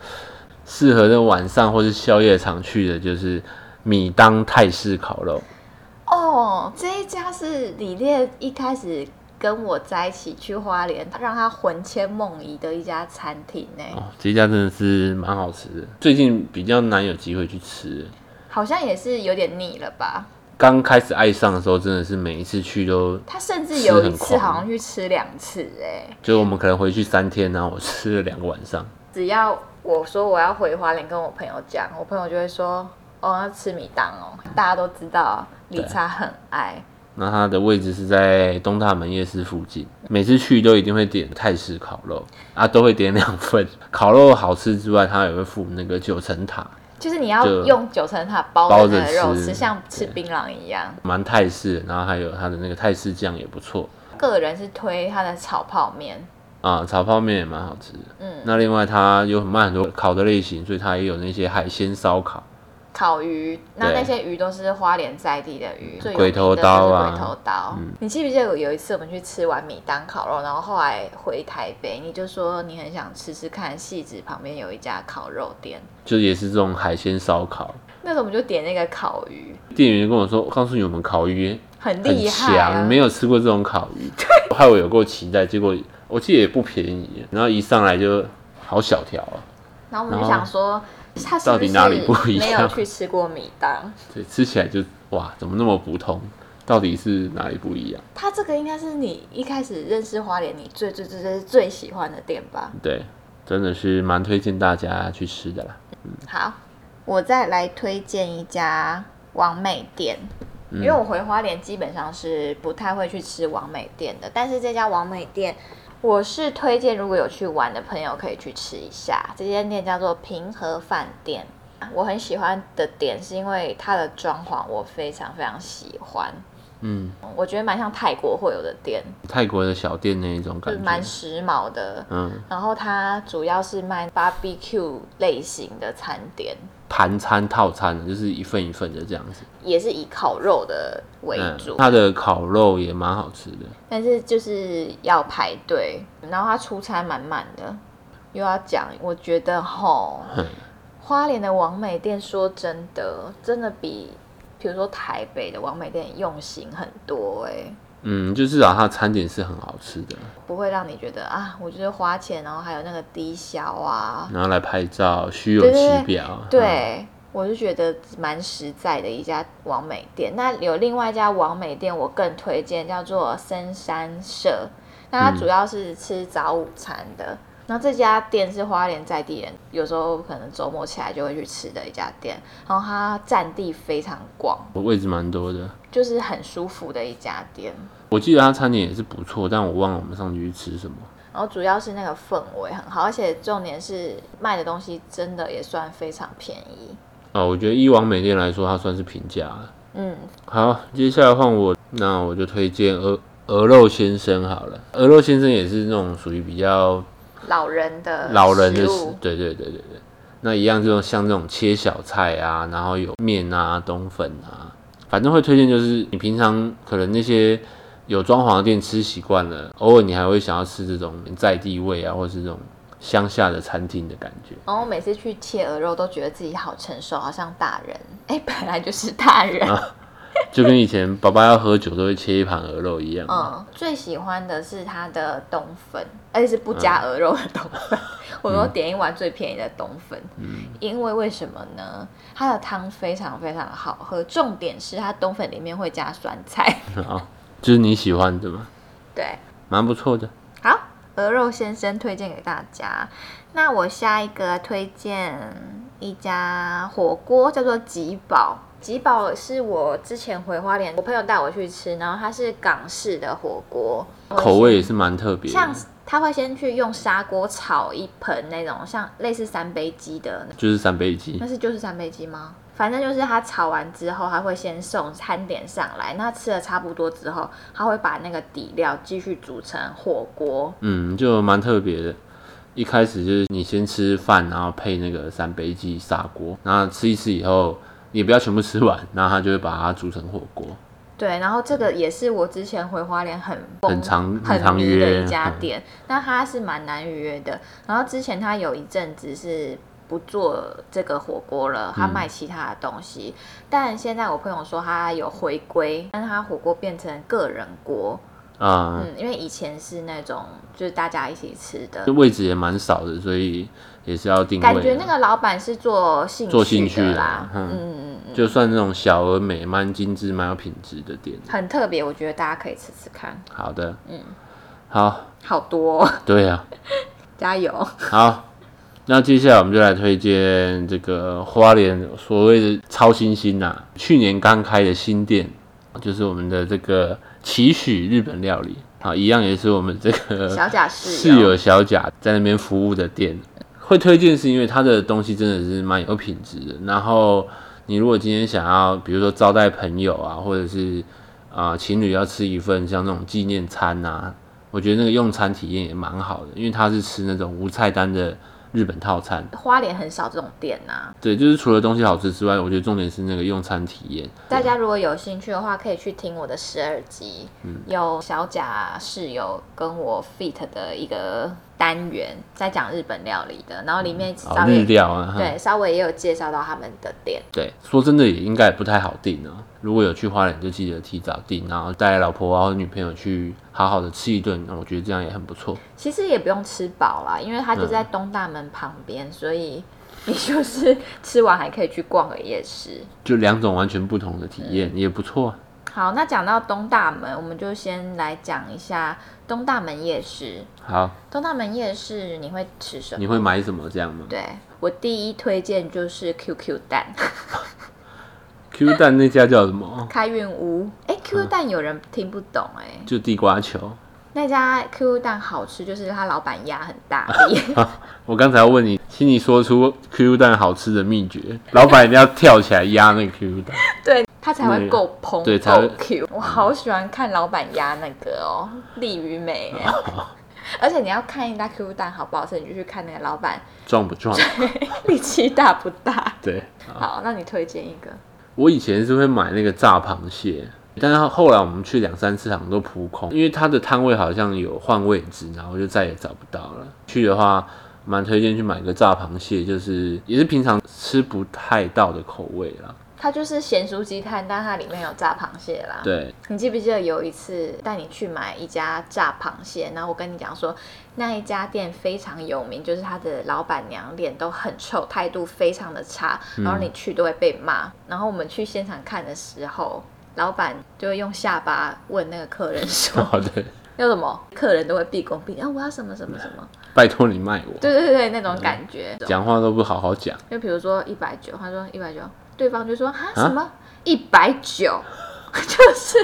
[SPEAKER 2] 适合在晚上或是宵夜常去的，就是米当泰式烤肉。
[SPEAKER 1] 哦，这一家是李烈一开始跟我在一起去花莲，让他魂牵梦萦的一家餐厅欸呢、
[SPEAKER 2] 哦，这一家真的是蛮好吃的，最近比较难有机会去吃。
[SPEAKER 1] 好像也是有点腻了吧？
[SPEAKER 2] 刚开始爱上的时候，真的是每一次去都，
[SPEAKER 1] 他甚至有
[SPEAKER 2] 吃
[SPEAKER 1] 一
[SPEAKER 2] 很
[SPEAKER 1] 次
[SPEAKER 2] 狂
[SPEAKER 1] 好像去吃两次哎、
[SPEAKER 2] 就我们可能回去三天，然后我吃了两个晚上。
[SPEAKER 1] 只要我说我要回花莲跟我朋友讲，我朋友就会说哦要吃米当哦，大家都知道理查很爱。
[SPEAKER 2] 那它的位置是在东大门夜市附近，每次去都一定会点泰式烤肉啊，都会点两份。 烤肉好吃之外，它也会附那个九层塔，
[SPEAKER 1] 就是你要
[SPEAKER 2] 就
[SPEAKER 1] 用九层塔包
[SPEAKER 2] 包
[SPEAKER 1] 着那
[SPEAKER 2] 着
[SPEAKER 1] 个肉
[SPEAKER 2] 吃
[SPEAKER 1] 吃，像吃槟榔一样。
[SPEAKER 2] 蛮泰式的，然后还有它的那个泰式酱也不错
[SPEAKER 1] 个人是推他的炒泡面，
[SPEAKER 2] 啊，炒泡面也蛮好吃的。
[SPEAKER 1] 嗯，
[SPEAKER 2] 那另外它有很卖很多烤的类型，所以它也有那些海鲜烧烤，
[SPEAKER 1] 烤鱼，那
[SPEAKER 2] 对
[SPEAKER 1] 那些鱼都是花莲在地的鱼，最有
[SPEAKER 2] 鬼
[SPEAKER 1] 名
[SPEAKER 2] 头
[SPEAKER 1] 的
[SPEAKER 2] 刀
[SPEAKER 1] 就是
[SPEAKER 2] 啊
[SPEAKER 1] 鬼头刀。你记不记得有有一次我们去吃完米当烤肉，然后后来回台北，你就说你很想吃吃看戏子旁边有一家烤肉店，
[SPEAKER 2] 就也是这种海鲜烧烤。
[SPEAKER 1] 那时候我们就点那个烤鱼，
[SPEAKER 2] 店员跟我说：“我告诉你，我们烤鱼
[SPEAKER 1] 很
[SPEAKER 2] 很
[SPEAKER 1] 厉害、啊，
[SPEAKER 2] 强，没有吃过这种烤 鱼。”害我有够期待，结果我记得也不便宜，然后一上来就好小条啊，
[SPEAKER 1] 然后我们就
[SPEAKER 2] 然
[SPEAKER 1] 想
[SPEAKER 2] 后
[SPEAKER 1] 说，他是
[SPEAKER 2] 到
[SPEAKER 1] 不
[SPEAKER 2] 底
[SPEAKER 1] 是
[SPEAKER 2] 哪里不一
[SPEAKER 1] 没有
[SPEAKER 2] 样
[SPEAKER 1] 去吃过米当？
[SPEAKER 2] 对，吃起来就哇，怎么那么普通？到底是哪里不一样？
[SPEAKER 1] 他这个应该是你一开始认识花莲，你最最最最最喜欢的店吧？
[SPEAKER 2] 对，真的是蛮推荐大家去吃的啦。
[SPEAKER 1] 好，我再来推荐一家王美店。因为我回花莲基本上是不太会去吃王美店的，但是这家王美店，我是推荐如果有去玩的朋友可以去吃一下。这间店叫做平和饭店，我很喜欢的点是因为它的装潢我非常非常喜欢，
[SPEAKER 2] 嗯，
[SPEAKER 1] 我觉得蛮像泰国会有的店，
[SPEAKER 2] 泰国的小店那一种
[SPEAKER 1] 就是
[SPEAKER 2] 感
[SPEAKER 1] 蛮
[SPEAKER 2] 觉，
[SPEAKER 1] 时髦的。
[SPEAKER 2] 嗯，
[SPEAKER 1] 然后它主要是卖 barbecue 类型的餐点，
[SPEAKER 2] 盘餐套餐就是一份一份的这样子。
[SPEAKER 1] 也是以烤肉的为
[SPEAKER 2] 嗯
[SPEAKER 1] 主，，
[SPEAKER 2] 它的烤肉也蛮好吃的。
[SPEAKER 1] 但是就是要排队，然后它出差满满的，又要讲，我觉得吼，
[SPEAKER 2] 哼
[SPEAKER 1] 花莲的王美店说真的，真的比比如说台北的王美店用心很多哎、
[SPEAKER 2] 嗯，就至少它的餐点是很好吃的，
[SPEAKER 1] 不会让你觉得啊，我就是花钱，然后还有那个低消啊，
[SPEAKER 2] 然后来拍照，虚有
[SPEAKER 1] 对对
[SPEAKER 2] 其表。嗯，
[SPEAKER 1] 对，我就觉得蛮实在的一家王美店。那有另外一家王美店，我更推荐叫做深山社，那
[SPEAKER 2] 嗯
[SPEAKER 1] 它主要是吃早午餐的。然后这家店是花莲在地人，有时候可能周末起来就会去吃的一家店。然后它占地非常广，
[SPEAKER 2] 我位置蛮多的。
[SPEAKER 1] 就是很舒服的一家店。
[SPEAKER 2] 我记得它餐点也是不错，但我忘了我们上去吃什么。
[SPEAKER 1] 然后主要是那个氛围很好，而且重点是卖的东西真的也算非常便宜。
[SPEAKER 2] 哦，我觉得依往美店来说，它算是平价了。
[SPEAKER 1] 嗯，
[SPEAKER 2] 好，接下来换我，那我就推荐鹅鹅肉先生好了。鹅肉先生也是那种属于比较
[SPEAKER 1] 老人的
[SPEAKER 2] 老人的
[SPEAKER 1] 呃食
[SPEAKER 2] 食
[SPEAKER 1] 物，
[SPEAKER 2] 对对对对对。那一样这种像这种切小菜啊，然后有面啊、冬粉啊，反正会推荐就是你平常可能那些有装潢的店吃习惯了，偶尔你还会想要吃这种在地味啊，或是这种乡下的餐厅的感觉。
[SPEAKER 1] 然后我每次去切鹅肉都觉得自己好成熟，好像大人。哎，本来就是大人。
[SPEAKER 2] 就跟以前爸爸要喝酒都会切一盘鹅肉一样。
[SPEAKER 1] 嗯，最喜欢的是它的冬粉，而且是不加鹅肉的冬粉。我都点一碗最便宜的冬粉，因为为什么呢？它的汤非常非常好喝，重点是它冬粉里面会加酸菜。
[SPEAKER 2] 啊，就是你喜欢的嘛，
[SPEAKER 1] 对，
[SPEAKER 2] 蛮不错的。
[SPEAKER 1] 好，鹅肉先生推荐给大家。那我下一个推荐一家火锅，叫做吉宝。吉宝是我之前回花莲，我朋友带我去吃，然后它是港式的火锅，
[SPEAKER 2] 口味也是蛮特别的，
[SPEAKER 1] 像他会先去用砂锅炒一盆那种像类似三杯鸡的，
[SPEAKER 2] 就是三杯鸡
[SPEAKER 1] 那，是就是三杯鸡吗？反正就是他炒完之后，他会先送餐点上来，那吃的差不多之后，他会把那个底料继续煮成火锅。
[SPEAKER 2] 嗯，就蛮特别的。一开始就是你先吃饭，然后配那个三杯鸡砂锅，然后吃一次以后，也不要全部吃完，然后它就会把它煮成火锅。
[SPEAKER 1] 对，然后这个也是我之前回花莲很
[SPEAKER 2] 很常
[SPEAKER 1] 很
[SPEAKER 2] 很常
[SPEAKER 1] 迷的
[SPEAKER 2] 约
[SPEAKER 1] 一家
[SPEAKER 2] 嗯
[SPEAKER 1] 店，那它是蛮难预约的。然后之前他有一阵子是不做这个火锅了，他卖其他的东西，但现在我朋友说他有回归，但是他火锅变成个人锅，
[SPEAKER 2] 啊、
[SPEAKER 1] 嗯，因为以前是那种就是大家一起吃的
[SPEAKER 2] 这、，位置也蛮少的，所以也是要定位啊。
[SPEAKER 1] 感觉那个老板是做兴
[SPEAKER 2] 做兴
[SPEAKER 1] 趣的
[SPEAKER 2] 趣
[SPEAKER 1] 啦
[SPEAKER 2] 啦，嗯
[SPEAKER 1] 嗯，
[SPEAKER 2] 就算那种小而美、蛮精致、蛮有品质的店。
[SPEAKER 1] 很特别，我觉得大家可以吃吃看，
[SPEAKER 2] 好的，嗯，好，
[SPEAKER 1] 好多、哦，
[SPEAKER 2] 对啊。
[SPEAKER 1] 加油！
[SPEAKER 2] 好，那接下来我们就来推荐这个花莲所谓的超新星呐、去年刚开的新店，就是我们的这个期许日本料理，好，一样也是我们这个
[SPEAKER 1] 小贾
[SPEAKER 2] 室
[SPEAKER 1] 室
[SPEAKER 2] 友小贾在那边服务的店。会推荐是因为它的东西真的是蛮有品质的，然后你如果今天想要，比如说招待朋友啊，或者是啊、呃情侣要吃一份像那种纪念餐啊，我觉得那个用餐体验也蛮好的，因为他是吃那种无菜单的日本套餐。
[SPEAKER 1] 花莲很少这种店啊呐、
[SPEAKER 2] 对，就是除了东西好吃之外，我觉得重点是那个用餐体验。
[SPEAKER 1] 大家如果有兴趣的话，可以去听我的十二集，有小贾室友跟我 fit 的一个单元，在讲日本料理的，然后里面
[SPEAKER 2] 哦
[SPEAKER 1] 稍，微、
[SPEAKER 2] 日料啊，
[SPEAKER 1] 对稍微也有介绍到他们的店。
[SPEAKER 2] 对，说真的也应该也不太好订啊。如果有去花莲，就记得提早订，然后带老婆啊或女朋友去好好的吃一顿，我觉得这样也很不错。
[SPEAKER 1] 其实也不用吃饱啦，因为它就在东大门旁边，所以你就是吃完还可以去逛个夜市。
[SPEAKER 2] 就两种完全不同的体验、也不错啊。
[SPEAKER 1] 好，那讲到东大门，我们就先来讲一下东大门夜市。
[SPEAKER 2] 好，
[SPEAKER 1] 东大门夜市你会吃什么？
[SPEAKER 2] 你会买什么这样吗
[SPEAKER 1] 对我第一推荐就是 QQ 蛋
[SPEAKER 2] ？Q 蛋那家叫什么？
[SPEAKER 1] 开运屋，哎，QQ
[SPEAKER 2] 嗯
[SPEAKER 1] 蛋有人听不懂哎、
[SPEAKER 2] 就地瓜球。
[SPEAKER 1] 那家 QQ 蛋好吃，就是它老板压很大力，
[SPEAKER 2] 我刚才要问你，请你说出 Q 蛋好吃的秘诀。老板一定要跳起来压那个 Q 蛋，
[SPEAKER 1] 对，它才会够蓬
[SPEAKER 2] 对才
[SPEAKER 1] 够
[SPEAKER 2] 会
[SPEAKER 1] Q。我好喜欢看老板压那个哦，利于美 哎、而且你要看一家 QQ 蛋好不好吃，你就去看那个老板
[SPEAKER 2] 壮不 壮？
[SPEAKER 1] 力气大不大。
[SPEAKER 2] 对，
[SPEAKER 1] 好，那你推荐一个
[SPEAKER 2] 我以前是会买那个炸螃蟹，但是后来我们去两三次好像都扑空，因为它的摊位好像有换位置，然后就再也找不到了。去的话，蛮推荐去买个炸螃蟹，就是也是平常吃不太到的口味啦。
[SPEAKER 1] 它就是咸酥鸡蛋，但它里面有炸螃蟹啦。
[SPEAKER 2] 对，
[SPEAKER 1] 你记不记得有一次带你去买一家炸螃蟹，然后我跟你讲说那一家店非常有名，就是它的老板娘脸都很臭，态度非常的差，然后你去都会被骂。然后我们去现场看的时候，老板就会用下巴问那个客人说
[SPEAKER 2] 好的，
[SPEAKER 1] 要什么，客人都会毕恭毕敬啊，我要什么什么什么，
[SPEAKER 2] 拜托你卖我，
[SPEAKER 1] 对对对，那种感觉。
[SPEAKER 2] 讲话都不好好讲。
[SPEAKER 1] 就比如说一百九，他说一百九，对方就说啊什么一百九， 就是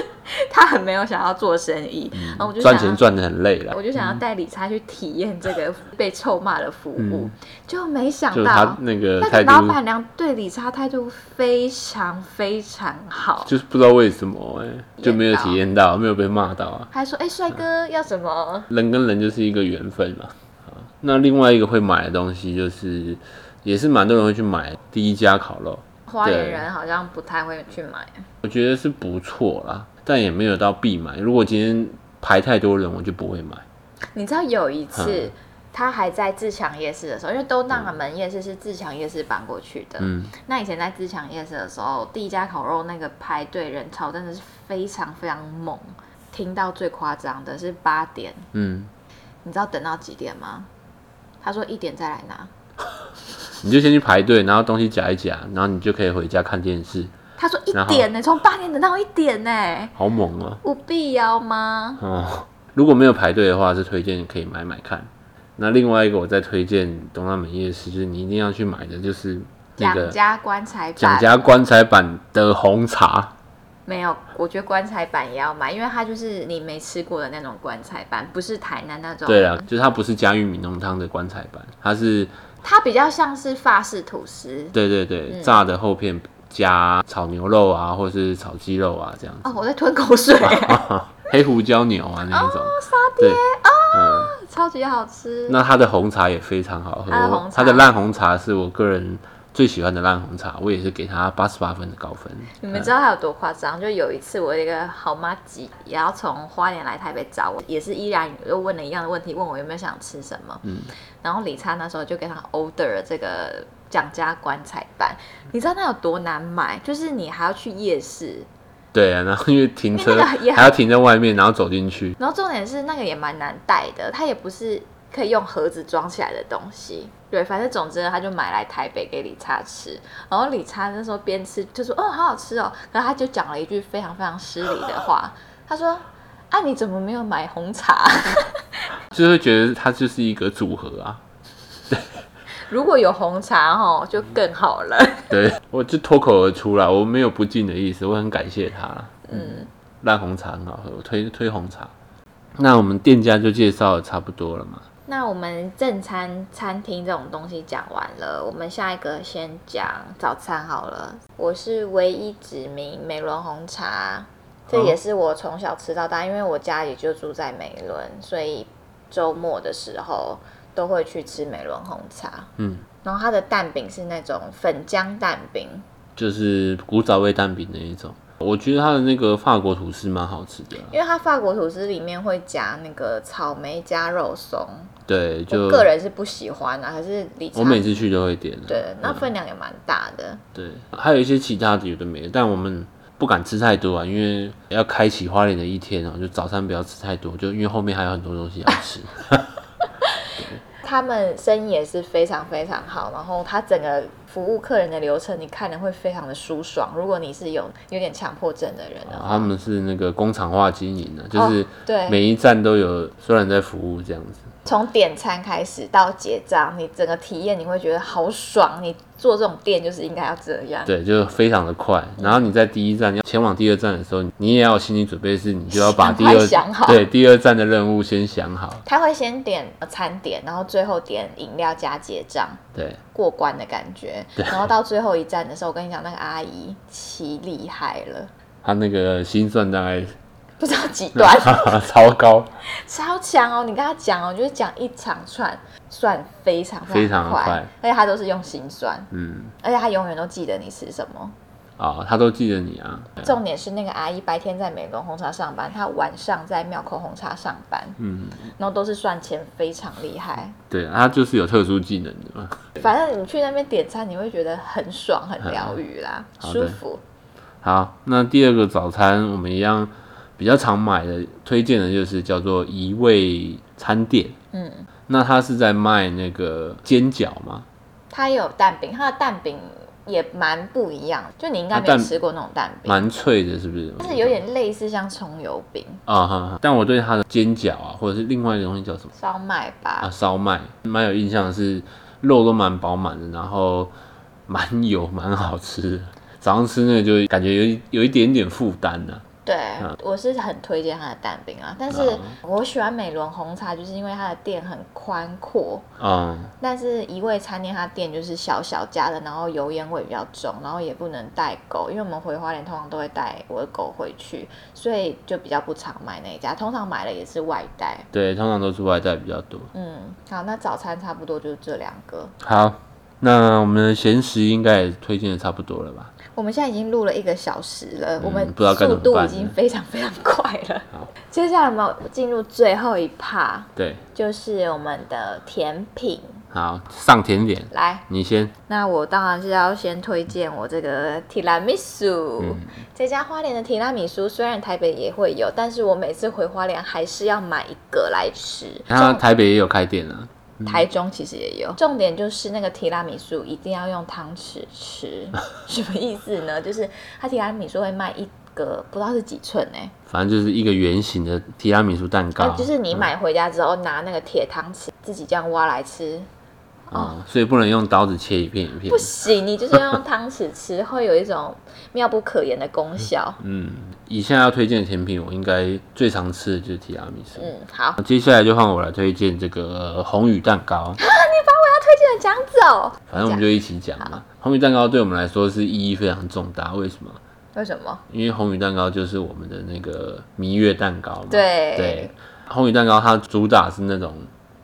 [SPEAKER 1] 他很没有想要做生意，然后我就
[SPEAKER 2] 嗯赚
[SPEAKER 1] 想
[SPEAKER 2] 钱
[SPEAKER 1] 要
[SPEAKER 2] 赚的很累了
[SPEAKER 1] 我，就想要带理查去体验这个被臭骂的服务
[SPEAKER 2] 嗯，
[SPEAKER 1] 就没想
[SPEAKER 2] 就是
[SPEAKER 1] 到
[SPEAKER 2] 他那个
[SPEAKER 1] 那
[SPEAKER 2] 态
[SPEAKER 1] 个
[SPEAKER 2] 度，
[SPEAKER 1] 老板娘对理查态度非常非常好，
[SPEAKER 2] 就是不知道为什么哎、就没有
[SPEAKER 1] 验到
[SPEAKER 2] 体验到，没有被骂到啊。
[SPEAKER 1] 还说：“哎、帅哥要什么
[SPEAKER 2] 人跟人就是一个缘分嘛。啊那另外一个会买的东西就是，也是蛮多人会去买第一家烤肉，？”
[SPEAKER 1] 花莲
[SPEAKER 2] 对
[SPEAKER 1] 人好像不太会去买，
[SPEAKER 2] 我觉得是不错啦，但也没有到必买。如果今天排太多人，我就不会买。
[SPEAKER 1] 你知道有一次。
[SPEAKER 2] 嗯
[SPEAKER 1] 他还在自强夜市的时候，因为东大门夜市是自强夜市搬过去的。
[SPEAKER 2] 嗯，
[SPEAKER 1] 那以前在自强夜市的时候，第一家烤肉那个排队人潮真的是非常非常猛，听到最夸张的是八点，
[SPEAKER 2] 嗯，
[SPEAKER 1] 你知道等到几点吗？他说一点再来拿。
[SPEAKER 2] 你就先去排队，然后东西夹一夹，然后你就可以回家看电视，
[SPEAKER 1] 他说一
[SPEAKER 2] 然后
[SPEAKER 1] 点呢、从八点等到一点呢、
[SPEAKER 2] 好猛啊！
[SPEAKER 1] 有必要吗？
[SPEAKER 2] 哦，如果没有排队的话，是推荐可以买买看。那另外一个我再推荐东大门夜市，就是你一定要去买的，就是那
[SPEAKER 1] 蒋
[SPEAKER 2] 个
[SPEAKER 1] 家棺材板，
[SPEAKER 2] 蒋家棺材板的红茶。
[SPEAKER 1] 没有，我觉得棺材板也要买，因为它就是你没吃过的那种棺材板，不是台南那种。
[SPEAKER 2] 对啊啦，就是它不是加玉米浓汤的棺材板，它是
[SPEAKER 1] 它比较像是法式吐司。
[SPEAKER 2] 对对对炸的厚片加炒牛肉啊，或是炒鸡肉啊这样子，
[SPEAKER 1] 哦，我在吞口 水，
[SPEAKER 2] 啊 黑胡椒牛啊那一种。
[SPEAKER 1] 沙
[SPEAKER 2] 对，
[SPEAKER 1] 哦
[SPEAKER 2] 嗯，
[SPEAKER 1] 超级好吃。
[SPEAKER 2] 那它的红茶也非常好喝，
[SPEAKER 1] 它的啊红
[SPEAKER 2] 我
[SPEAKER 1] 茶
[SPEAKER 2] 它的烂红茶是我个人最喜欢的烂红茶，我也是给它八十八分的高分。
[SPEAKER 1] 你们知道他有多夸张？就有一次，我有一个好妈吉也要从花莲来台北找我，也是依然又问了一样的问题，问我有没有想吃什么。
[SPEAKER 2] 嗯
[SPEAKER 1] 然后李灿那时候就跟他 order 了这个蒋家棺材板，你知道那有多难买？就是你还要去夜市，
[SPEAKER 2] 对啊，然后因为停
[SPEAKER 1] 因
[SPEAKER 2] 车
[SPEAKER 1] 为那个也
[SPEAKER 2] 还要停在外面，然后走进去，
[SPEAKER 1] 然后重点是那个也蛮难带的，它也不是可以用盒子装起来的东西。对，反正总之呢他就买来台北给李查吃，然后李查那时候边吃就说：“哦，好好吃哦。”然后他就讲了一句非常非常失礼的话，他说：“啊，你怎么没有买红茶？
[SPEAKER 2] 就会觉得它就是一个组合啊。
[SPEAKER 1] 如果有红茶哦，就更好了。
[SPEAKER 2] 对，我就脱口而出啦，我没有不敬的意思，我很感谢他啦。”
[SPEAKER 1] 嗯，
[SPEAKER 2] 烂红茶很好喝，我推推红茶。那我们店家就介绍的差不多了嘛，
[SPEAKER 1] 那我们正餐餐厅这种东西讲完了，我们下一个先讲早餐好了。我是唯一指名美伦红茶，这
[SPEAKER 2] 哦
[SPEAKER 1] 也是我从小吃到大，因为我家里就住在美伦，所以周末的时候都会去吃美伦红茶。
[SPEAKER 2] 嗯，
[SPEAKER 1] 然后它的蛋饼是那种粉浆蛋饼，
[SPEAKER 2] 就是古早味蛋饼那一种。我觉得它的那个法国吐司蛮好吃的啊、
[SPEAKER 1] 因为它法国吐司里面会夹那个草莓加肉松，
[SPEAKER 2] 对，就
[SPEAKER 1] 我个人是不喜欢啊，可是理查
[SPEAKER 2] 我每次去都会点、啊。
[SPEAKER 1] 对，那
[SPEAKER 2] 嗯
[SPEAKER 1] 分量也蛮大的。
[SPEAKER 2] 对，还有一些其他的有的没的，但我们不敢吃太多啊，因为要开启花莲的一天哦、就早餐不要吃太多，就因为后面还有很多东西要 吃。
[SPEAKER 1] 他们生意也是非常非常好，然后他整个服务客人的流程，你看的会非常的舒爽。如果你是有有点强迫症的人的
[SPEAKER 2] 啊
[SPEAKER 1] 话，
[SPEAKER 2] 他们是那个工厂化经营的、啊就是
[SPEAKER 1] 哦对
[SPEAKER 2] 每一站都有虽然在服务这样子。
[SPEAKER 1] 从点餐开始到结账，你整个体验你会觉得好爽。你做这种店就是应该要这样，
[SPEAKER 2] 对，就非常的快。然后你在第一站要前往第二站的时候，你也要有心理准备，是你就要把第
[SPEAKER 1] 赶
[SPEAKER 2] 二
[SPEAKER 1] 快想好
[SPEAKER 2] 对第二站的任务先想好。
[SPEAKER 1] 他会先点呃餐点，然后最后点饮料加结账。
[SPEAKER 2] 对，
[SPEAKER 1] 过关的感觉，然后到最后一站的时候，我跟你讲，那个阿姨奇厉害了，
[SPEAKER 2] 他那个心算大概
[SPEAKER 1] 不知道几段，
[SPEAKER 2] 超高，
[SPEAKER 1] 超强哦！你跟他讲哦，就是讲一长串，算非常
[SPEAKER 2] 非常
[SPEAKER 1] 快，
[SPEAKER 2] 快
[SPEAKER 1] 而且他都是用心算，
[SPEAKER 2] 嗯，
[SPEAKER 1] 而且他永远都记得你吃什么。
[SPEAKER 2] 啊、他都记得你啊。对
[SPEAKER 1] 重点是那个阿姨白天在美伦红茶上班，她晚上在庙口红茶上班，
[SPEAKER 2] 嗯，
[SPEAKER 1] 然后都是算钱非常厉害。
[SPEAKER 2] 对，他就是有特殊技能的嘛。
[SPEAKER 1] 反正你去那边点餐，你会觉得很爽、很疗愈啦，
[SPEAKER 2] 嗯好
[SPEAKER 1] 舒
[SPEAKER 2] 的
[SPEAKER 1] 服。
[SPEAKER 2] 好，那第二个早餐我们一样比较常买的，推荐的就是叫做一味餐店。
[SPEAKER 1] 嗯，
[SPEAKER 2] 那它是在卖那个煎饺嘛？
[SPEAKER 1] 它也有蛋饼，它的蛋饼也蛮不一样，就你应该
[SPEAKER 2] 它
[SPEAKER 1] 没
[SPEAKER 2] 蛋
[SPEAKER 1] 吃过那种蛋饼，
[SPEAKER 2] 蛮脆的，是不是？
[SPEAKER 1] 但是有点类似像葱油饼、
[SPEAKER 2] 啊哈，但我对它的煎饺啊，或者是另外一个东西叫什么
[SPEAKER 1] 烧麦吧。
[SPEAKER 2] 啊，烧麦，蛮有印象的是肉都蛮饱满的，然后蛮油，蛮好吃的。早上吃那个就感觉有一有一点点负担呢。
[SPEAKER 1] 对，
[SPEAKER 2] 嗯
[SPEAKER 1] 我是很推荐它的蛋饼啊，但是我喜欢美伦红茶，就是因为它的店很宽阔，
[SPEAKER 2] 嗯，
[SPEAKER 1] 但是一味餐厅它店就是小小家的，然后油烟味比较重，然后也不能带狗，因为我们回花莲通常都会带我的狗回去，所以就比较不常买那一家，通常买了也是外带。
[SPEAKER 2] 对，通常都是外带比较多。
[SPEAKER 1] 嗯，好，那早餐差不多就是这两个。
[SPEAKER 2] 好，那我们的闲食应该也推荐的差不多了吧？
[SPEAKER 1] 我们现在已经录了一个小时了，我们
[SPEAKER 2] 嗯不知道
[SPEAKER 1] 速
[SPEAKER 2] 该怎么
[SPEAKER 1] 度
[SPEAKER 2] 办
[SPEAKER 1] 已经非常非常快了
[SPEAKER 2] 好。
[SPEAKER 1] 接下来我们进入最后一趴，
[SPEAKER 2] 对，
[SPEAKER 1] 就是我们的甜品。
[SPEAKER 2] 好，上甜点，
[SPEAKER 1] 来，
[SPEAKER 2] 你先，
[SPEAKER 1] 那我当然是要先推荐我这个提拉米苏。
[SPEAKER 2] 嗯
[SPEAKER 1] 这家花莲的提拉米苏虽然台北也会有，但是我每次回花莲还是要买一个来吃。
[SPEAKER 2] 他台北也有开店啊，
[SPEAKER 1] 台中其实也有，重点就是那个提拉米苏一定要用汤匙吃，什么意思呢？就是它提拉米苏会卖一个不知道是几寸哎、
[SPEAKER 2] 反正就是一个圆形的提拉米苏蛋糕，
[SPEAKER 1] 啊，就是你买回家之后拿那个铁汤匙自己这样挖来吃，
[SPEAKER 2] 啊、所以不能用刀子切一片一片
[SPEAKER 1] 不。行，你就是要用汤匙吃，会有一种妙不可言的功效。
[SPEAKER 2] 嗯，以下要推荐的甜品，我应该最常吃的就是提拉米苏。
[SPEAKER 1] 嗯，好，
[SPEAKER 2] 接下来就换我来推荐这个呃红宇蛋糕，
[SPEAKER 1] 推荐的讲走，
[SPEAKER 2] 反正我们就一起讲 嘛。红宇蛋糕对我们来说是意义非常重大，为什么？
[SPEAKER 1] 为什么？
[SPEAKER 2] 因为红宇蛋糕就是我们的那个蜜月蛋糕嘛。
[SPEAKER 1] 对
[SPEAKER 2] 对，红宇蛋糕它主打是那种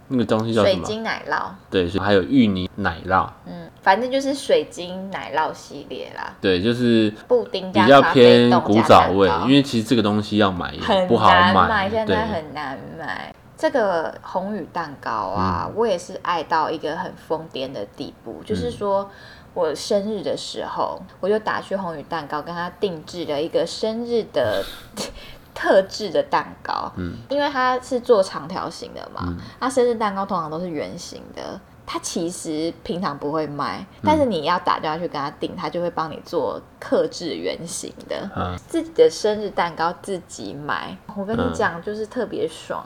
[SPEAKER 2] 那个东西叫什
[SPEAKER 1] 水
[SPEAKER 2] 么？
[SPEAKER 1] 晶奶酪，
[SPEAKER 2] 对，所以还有芋泥奶酪，
[SPEAKER 1] 嗯，反正就是水晶奶酪系列啦，
[SPEAKER 2] 对，就是
[SPEAKER 1] 布丁
[SPEAKER 2] 比
[SPEAKER 1] 加
[SPEAKER 2] 较
[SPEAKER 1] 咖啡
[SPEAKER 2] 偏
[SPEAKER 1] 冻
[SPEAKER 2] 古
[SPEAKER 1] 加
[SPEAKER 2] 早
[SPEAKER 1] 蛋
[SPEAKER 2] 味
[SPEAKER 1] 糕，
[SPEAKER 2] 因为其实这个东西要买也
[SPEAKER 1] 很
[SPEAKER 2] 不好
[SPEAKER 1] 难买，现
[SPEAKER 2] 对
[SPEAKER 1] 在很难买。这个红宇蛋糕
[SPEAKER 2] 嗯
[SPEAKER 1] 啊，我也是爱到一个很疯癫的地步，就是说。我生日的时候，我就打去红宇蛋糕，跟他定制了一个生日的特制的蛋糕。
[SPEAKER 2] 嗯，
[SPEAKER 1] 因为它是做长条形的嘛，
[SPEAKER 2] 嗯
[SPEAKER 1] 它生日蛋糕通常都是圆形的。它其实平常不会卖，
[SPEAKER 2] 嗯
[SPEAKER 1] 但是你要打电话去跟他订，他就会帮你做克制圆形的。
[SPEAKER 2] 嗯
[SPEAKER 1] 自己的生日蛋糕自己买，我跟你讲，就是特别爽。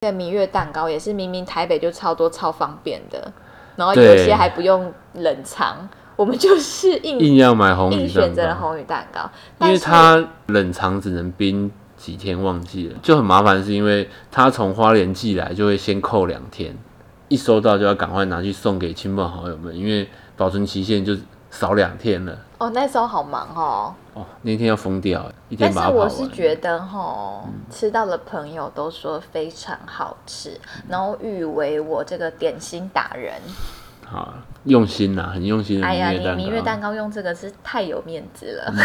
[SPEAKER 1] 那、明月蛋糕也是明明台北就超多超方便的，然后有
[SPEAKER 2] 对
[SPEAKER 1] 些还不用冷藏，我们就是硬
[SPEAKER 2] 硬要买红
[SPEAKER 1] 硬
[SPEAKER 2] 宇
[SPEAKER 1] 选
[SPEAKER 2] 蛋
[SPEAKER 1] 择了
[SPEAKER 2] 糕，
[SPEAKER 1] 红宇蛋糕，
[SPEAKER 2] 因
[SPEAKER 1] 但
[SPEAKER 2] 为
[SPEAKER 1] 是
[SPEAKER 2] 它冷藏只能冰几天，忘记了就很麻烦，是因为它从花莲寄来就会先扣两天，一收到就要赶快拿去送给亲朋好友们，因为保存期限就少两天了。
[SPEAKER 1] 哦那时候好忙哦，
[SPEAKER 2] 哦，那天要疯掉欸，一
[SPEAKER 1] 但
[SPEAKER 2] 天
[SPEAKER 1] 是
[SPEAKER 2] 把它跑
[SPEAKER 1] 我
[SPEAKER 2] 完。嗯
[SPEAKER 1] 是觉得吼，吃到的朋友都说非常好吃，然后誉为我这个点心达人。
[SPEAKER 2] 好用心呐、很用心的
[SPEAKER 1] 哎
[SPEAKER 2] 嗯蜜
[SPEAKER 1] 呀，
[SPEAKER 2] 月
[SPEAKER 1] 你
[SPEAKER 2] 蛋糕。
[SPEAKER 1] 明月蛋糕用这个是太有面子了。
[SPEAKER 2] 嗯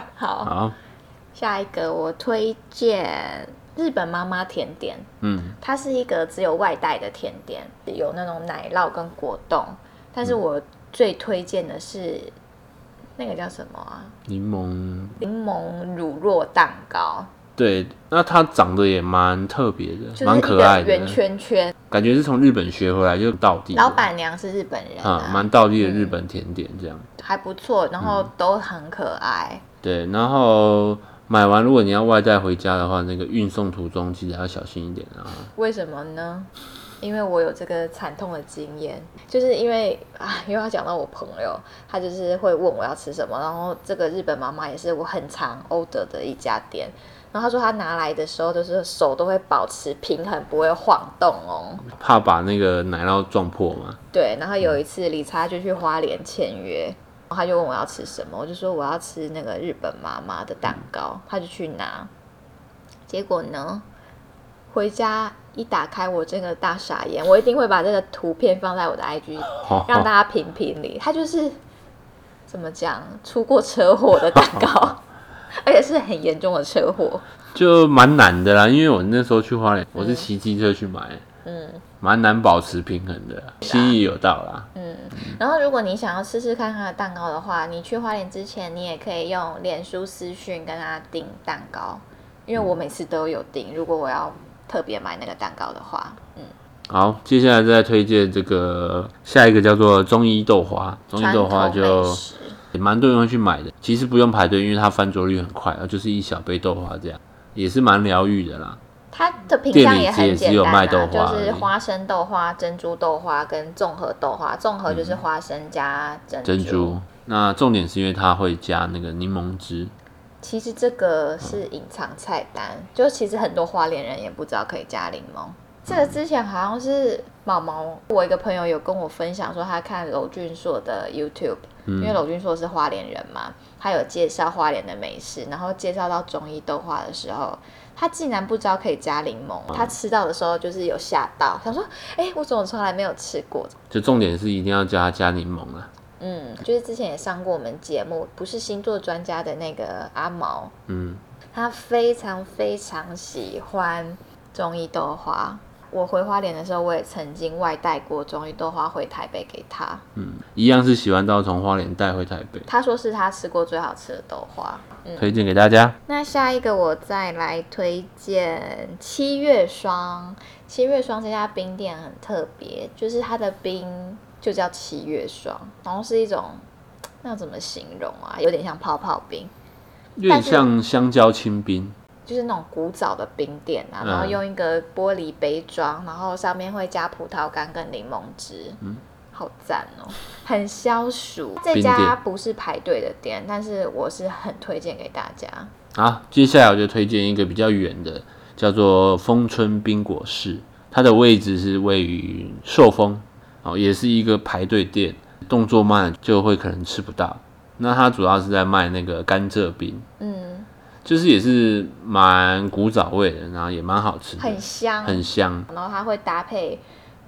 [SPEAKER 1] 好，
[SPEAKER 2] 好，
[SPEAKER 1] 下一个我推荐日本妈妈甜点，
[SPEAKER 2] 嗯，
[SPEAKER 1] 它是一个只有外带的甜点，有那种奶酪跟果冻。但是我最推荐的是、那个叫什么啊？
[SPEAKER 2] 柠檬，
[SPEAKER 1] 柠檬乳酪蛋糕，
[SPEAKER 2] 对，那它长得也蛮特别
[SPEAKER 1] 就是
[SPEAKER 2] 的，蛮
[SPEAKER 1] 一
[SPEAKER 2] 可爱
[SPEAKER 1] 个
[SPEAKER 2] 的
[SPEAKER 1] 圆，圈圈。
[SPEAKER 2] 感觉是从日本学回来就道地的。
[SPEAKER 1] 老板娘是日本人
[SPEAKER 2] 嗯啊，
[SPEAKER 1] 啊，
[SPEAKER 2] 蛮嗯道地的日本甜点这样。
[SPEAKER 1] 还不错，然后都很可爱。
[SPEAKER 2] 对，然后买完如果你要外带回家的话，那个运送途中记得要小心一点啊。
[SPEAKER 1] 为什么呢？因为我有这个惨痛的经验，就是因为啊，又要讲到我朋友，他就是会问我要吃什么，然后这个日本妈妈也是我很常 order 的一家店，然后他说他拿来的时候就是手都会保持平衡，不会晃动哦。
[SPEAKER 2] 怕把那个奶酪撞破嘛。
[SPEAKER 1] 对，然后有一次理查就去花莲签约，然后他就问我要吃什么，我就说我要吃那个日本妈妈的蛋糕，他就去拿，结果呢，回家一打开我这个大傻眼，我一定会把这个图片放在我的 IG 让大家评评理，他就是怎么讲出过车祸的蛋糕，而且是很严重的车祸，
[SPEAKER 2] 就蛮难的啦，因为我那时候去花莲，我是骑机车去买，
[SPEAKER 1] 嗯。
[SPEAKER 2] 蛮难保持平衡的啦，心意有到啦。
[SPEAKER 1] 然后，如果你想要试试看它的蛋糕的话，你去花莲之前，你也可以用脸书私讯跟他订蛋糕，因为我每次都有订。如果我要特别买那个蛋糕的话，嗯，
[SPEAKER 2] 好，接下来再推荐这个下一个叫做中医豆花，中医豆花
[SPEAKER 1] 传统
[SPEAKER 2] 就
[SPEAKER 1] 美食
[SPEAKER 2] 也蛮多人会去买的，其实不用排队，因为它翻桌率很快，呃就是一小杯豆花这样，也是蛮疗愈的啦。
[SPEAKER 1] 它的品
[SPEAKER 2] 店
[SPEAKER 1] 相
[SPEAKER 2] 里
[SPEAKER 1] 也
[SPEAKER 2] 其实
[SPEAKER 1] 很
[SPEAKER 2] 也
[SPEAKER 1] 简
[SPEAKER 2] 只有
[SPEAKER 1] 单啊，
[SPEAKER 2] 卖豆花
[SPEAKER 1] 就
[SPEAKER 2] 而
[SPEAKER 1] 是
[SPEAKER 2] 已
[SPEAKER 1] 花生豆花、珍珠豆花跟综合豆花。综合就是花生加珍珠，
[SPEAKER 2] 珍珠，那重点是因为它会加那个柠檬汁，
[SPEAKER 1] 其实这个是隐藏菜单，就其实很多花莲人也不知道可以加柠檬。这个之前好像是毛毛，我一个朋友有跟我分享说，他看娄俊硕的 YouTube，、因为娄俊硕是花莲人嘛，他有介绍花莲的美食，然后介绍到中医豆花的时候，他竟然不知道可以加柠檬，他吃到的时候就是有吓到，想说，哎，我怎么从来没有吃过？
[SPEAKER 2] 就重点是一定要叫它加柠檬啦。
[SPEAKER 1] 嗯，就是之前也上过我们节目，不是星座专家的那个阿毛，
[SPEAKER 2] 嗯，
[SPEAKER 1] 他非常非常喜欢中医豆花。我回花莲的时候，我也曾经外带过中医豆花回台北给他。
[SPEAKER 2] 嗯，一样是喜欢到从花莲带回台北，
[SPEAKER 1] 他说是他吃过最好吃的豆花。
[SPEAKER 2] 推荐给大家。
[SPEAKER 1] 那下一个我再来推荐七月霜。七月霜这家冰店很特别，就是它的冰就叫七月霜，然后是一种那要怎么形容啊？有点像泡泡冰，
[SPEAKER 2] 有点像香蕉清冰，
[SPEAKER 1] 就是那种古早的冰店啊，
[SPEAKER 2] 嗯
[SPEAKER 1] 然后用一个玻璃杯装，然后上面会加葡萄干跟柠檬汁，
[SPEAKER 2] 嗯
[SPEAKER 1] 好赞哦，很消暑。这
[SPEAKER 2] 冰
[SPEAKER 1] 家
[SPEAKER 2] 店
[SPEAKER 1] 不是排队的店，但是我是很推荐给大家。
[SPEAKER 2] 好，接下来我就推荐一个比较远的，叫做丰村冰果室，它的位置是位于寿丰，哦，也是一个排队店，动作慢就会可能吃不到。那它主要是在卖那个甘蔗冰，
[SPEAKER 1] 嗯，
[SPEAKER 2] 就是也是蛮古早味的，然后也蛮好吃的，
[SPEAKER 1] 很香，
[SPEAKER 2] 很香，
[SPEAKER 1] 然后它会搭配，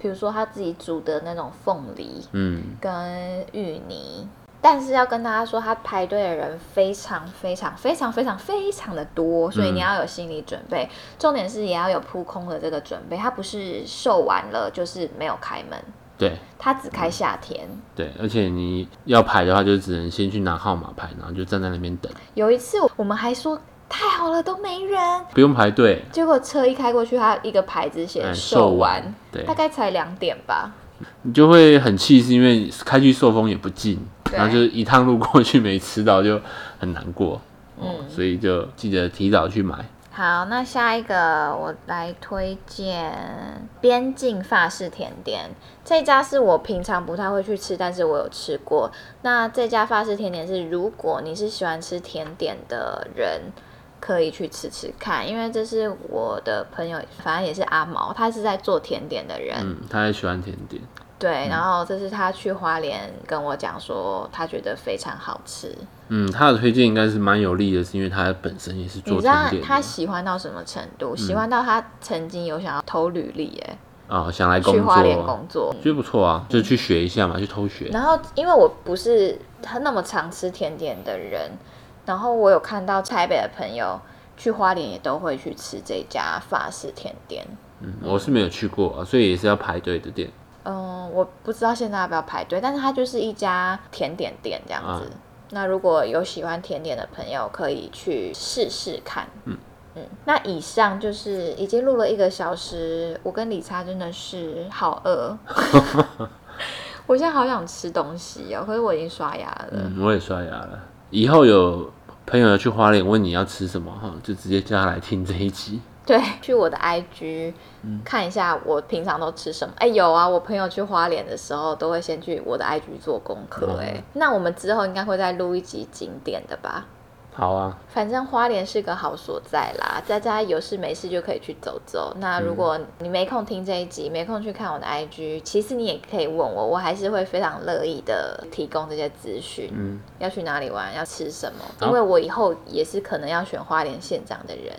[SPEAKER 1] 比如说他自己煮的那种凤梨
[SPEAKER 2] 嗯，
[SPEAKER 1] 跟芋泥。但是要跟大家说，他排队的人非常非常非常非常非常的多，所以
[SPEAKER 2] 嗯
[SPEAKER 1] 你要有心理准备。重点是也要有扑空的这个准备，它不是售完了就是没有开门，
[SPEAKER 2] 对
[SPEAKER 1] 它只
[SPEAKER 2] 嗯
[SPEAKER 1] 开夏天。
[SPEAKER 2] 对，而且你要排的话，就只能先去拿号码牌，然后就站在那边等，
[SPEAKER 1] 有一次我们还说太好了都没人，
[SPEAKER 2] 不用排队，
[SPEAKER 1] 结果车一开过去，它一个牌子写
[SPEAKER 2] 嗯
[SPEAKER 1] 售
[SPEAKER 2] 售完
[SPEAKER 1] 完，
[SPEAKER 2] 对
[SPEAKER 1] 大概才两点吧。
[SPEAKER 2] 你就会很气，是因为开去受风也不近，
[SPEAKER 1] 对
[SPEAKER 2] 然后就是一趟路过去没吃到就很难过，哦
[SPEAKER 1] 嗯
[SPEAKER 2] 所以就记得提早去买。
[SPEAKER 1] 好，那下一个我来推荐边境法式甜点。这家是我平常不太会去吃，但是我有吃过。那这家法式甜点是，如果你是喜欢吃甜点的人，可以去吃吃看，因为这是我的朋友，反正也是阿毛，他是在做甜点的人。
[SPEAKER 2] 嗯，他也喜欢甜点，
[SPEAKER 1] 对，然后这是他去花莲跟我讲说，他觉得非常好吃。
[SPEAKER 2] 嗯，他的推荐应该是蛮有利的，是因为他本身也是
[SPEAKER 1] 你
[SPEAKER 2] 做
[SPEAKER 1] 知道
[SPEAKER 2] 甜点的
[SPEAKER 1] 他喜欢到什么程度？喜欢到他曾经有想要投履历耶、
[SPEAKER 2] 啊、想来工
[SPEAKER 1] 去花莲
[SPEAKER 2] 作，
[SPEAKER 1] 工作。嗯
[SPEAKER 2] 觉得不错啊，就去学一下嘛，去偷学。
[SPEAKER 1] 然后因为我不是那么常吃甜点的人，然后我有看到台北的朋友去花莲也都会去吃这家法式甜点。
[SPEAKER 2] 嗯，我是没有去过、啊，所以也是要排队的店。
[SPEAKER 1] 嗯，我不知道现在要不要排队，但是它就是一家甜点店这样子。
[SPEAKER 2] 啊
[SPEAKER 1] 那如果有喜欢甜点的朋友，可以去试试看。
[SPEAKER 2] 嗯
[SPEAKER 1] 嗯，那以上就是已经录了一个小时，我跟理查真的是好 饿，我现在好想吃东西哦，可是我已经刷牙了。
[SPEAKER 2] 嗯，我也刷牙了。以后有朋友要去花莲问你要吃什么哈，就直接叫他来听这一集。
[SPEAKER 1] 对，去我的 IG、看一下我平常都吃什么。哎，有啊，我朋友去花莲的时候都会先去我的 IG 做功课、
[SPEAKER 2] 哦
[SPEAKER 1] 哎、那我们之后应该会再录一集景点的吧？
[SPEAKER 2] 好啊，
[SPEAKER 1] 反正花莲是个好所在啦，大家有事没事就可以去走走。那如果
[SPEAKER 2] 嗯
[SPEAKER 1] 你没空听这一集，没空去看我的 IG，其实你也可以问我，我还是会非常乐意的提供这些资讯。
[SPEAKER 2] 嗯，
[SPEAKER 1] 要去哪里玩，要吃什么，
[SPEAKER 2] 好
[SPEAKER 1] 因为我以后也是可能要选花莲县长的 人。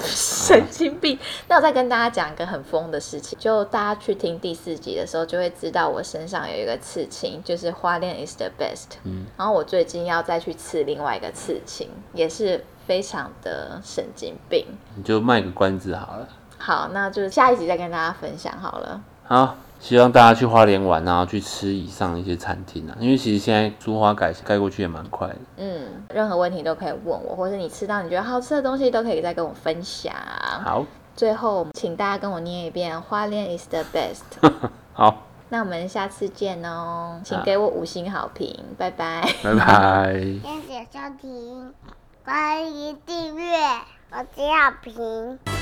[SPEAKER 1] 神经病！那我再跟大家讲一个很疯的事情，就大家去听第四集的时候，就会知道我身上有一个刺青，就是花恋 is the best。
[SPEAKER 2] 嗯，
[SPEAKER 1] 然后我最近要再去刺另外一个刺青，也是非常的神经病。
[SPEAKER 2] 你就卖个关子好了。
[SPEAKER 1] 好，那就下一集再跟大家分享好了。
[SPEAKER 2] 好，希望大家去花莲玩，然后去吃以上的一些餐厅啊，因为其实现在苏花改盖过去也蛮快的。
[SPEAKER 1] 嗯，任何问题都可以问我，或是你吃到你觉得好吃的东西都可以再跟我分享。
[SPEAKER 2] 好，
[SPEAKER 1] 最后，请大家跟我念一遍“花恋 is the best” 。
[SPEAKER 2] 好，
[SPEAKER 1] 那我们下次见哦，请给我五星好评，拜拜。
[SPEAKER 2] 拜拜。
[SPEAKER 3] 谢谢收听，欢迎订阅，我是小平。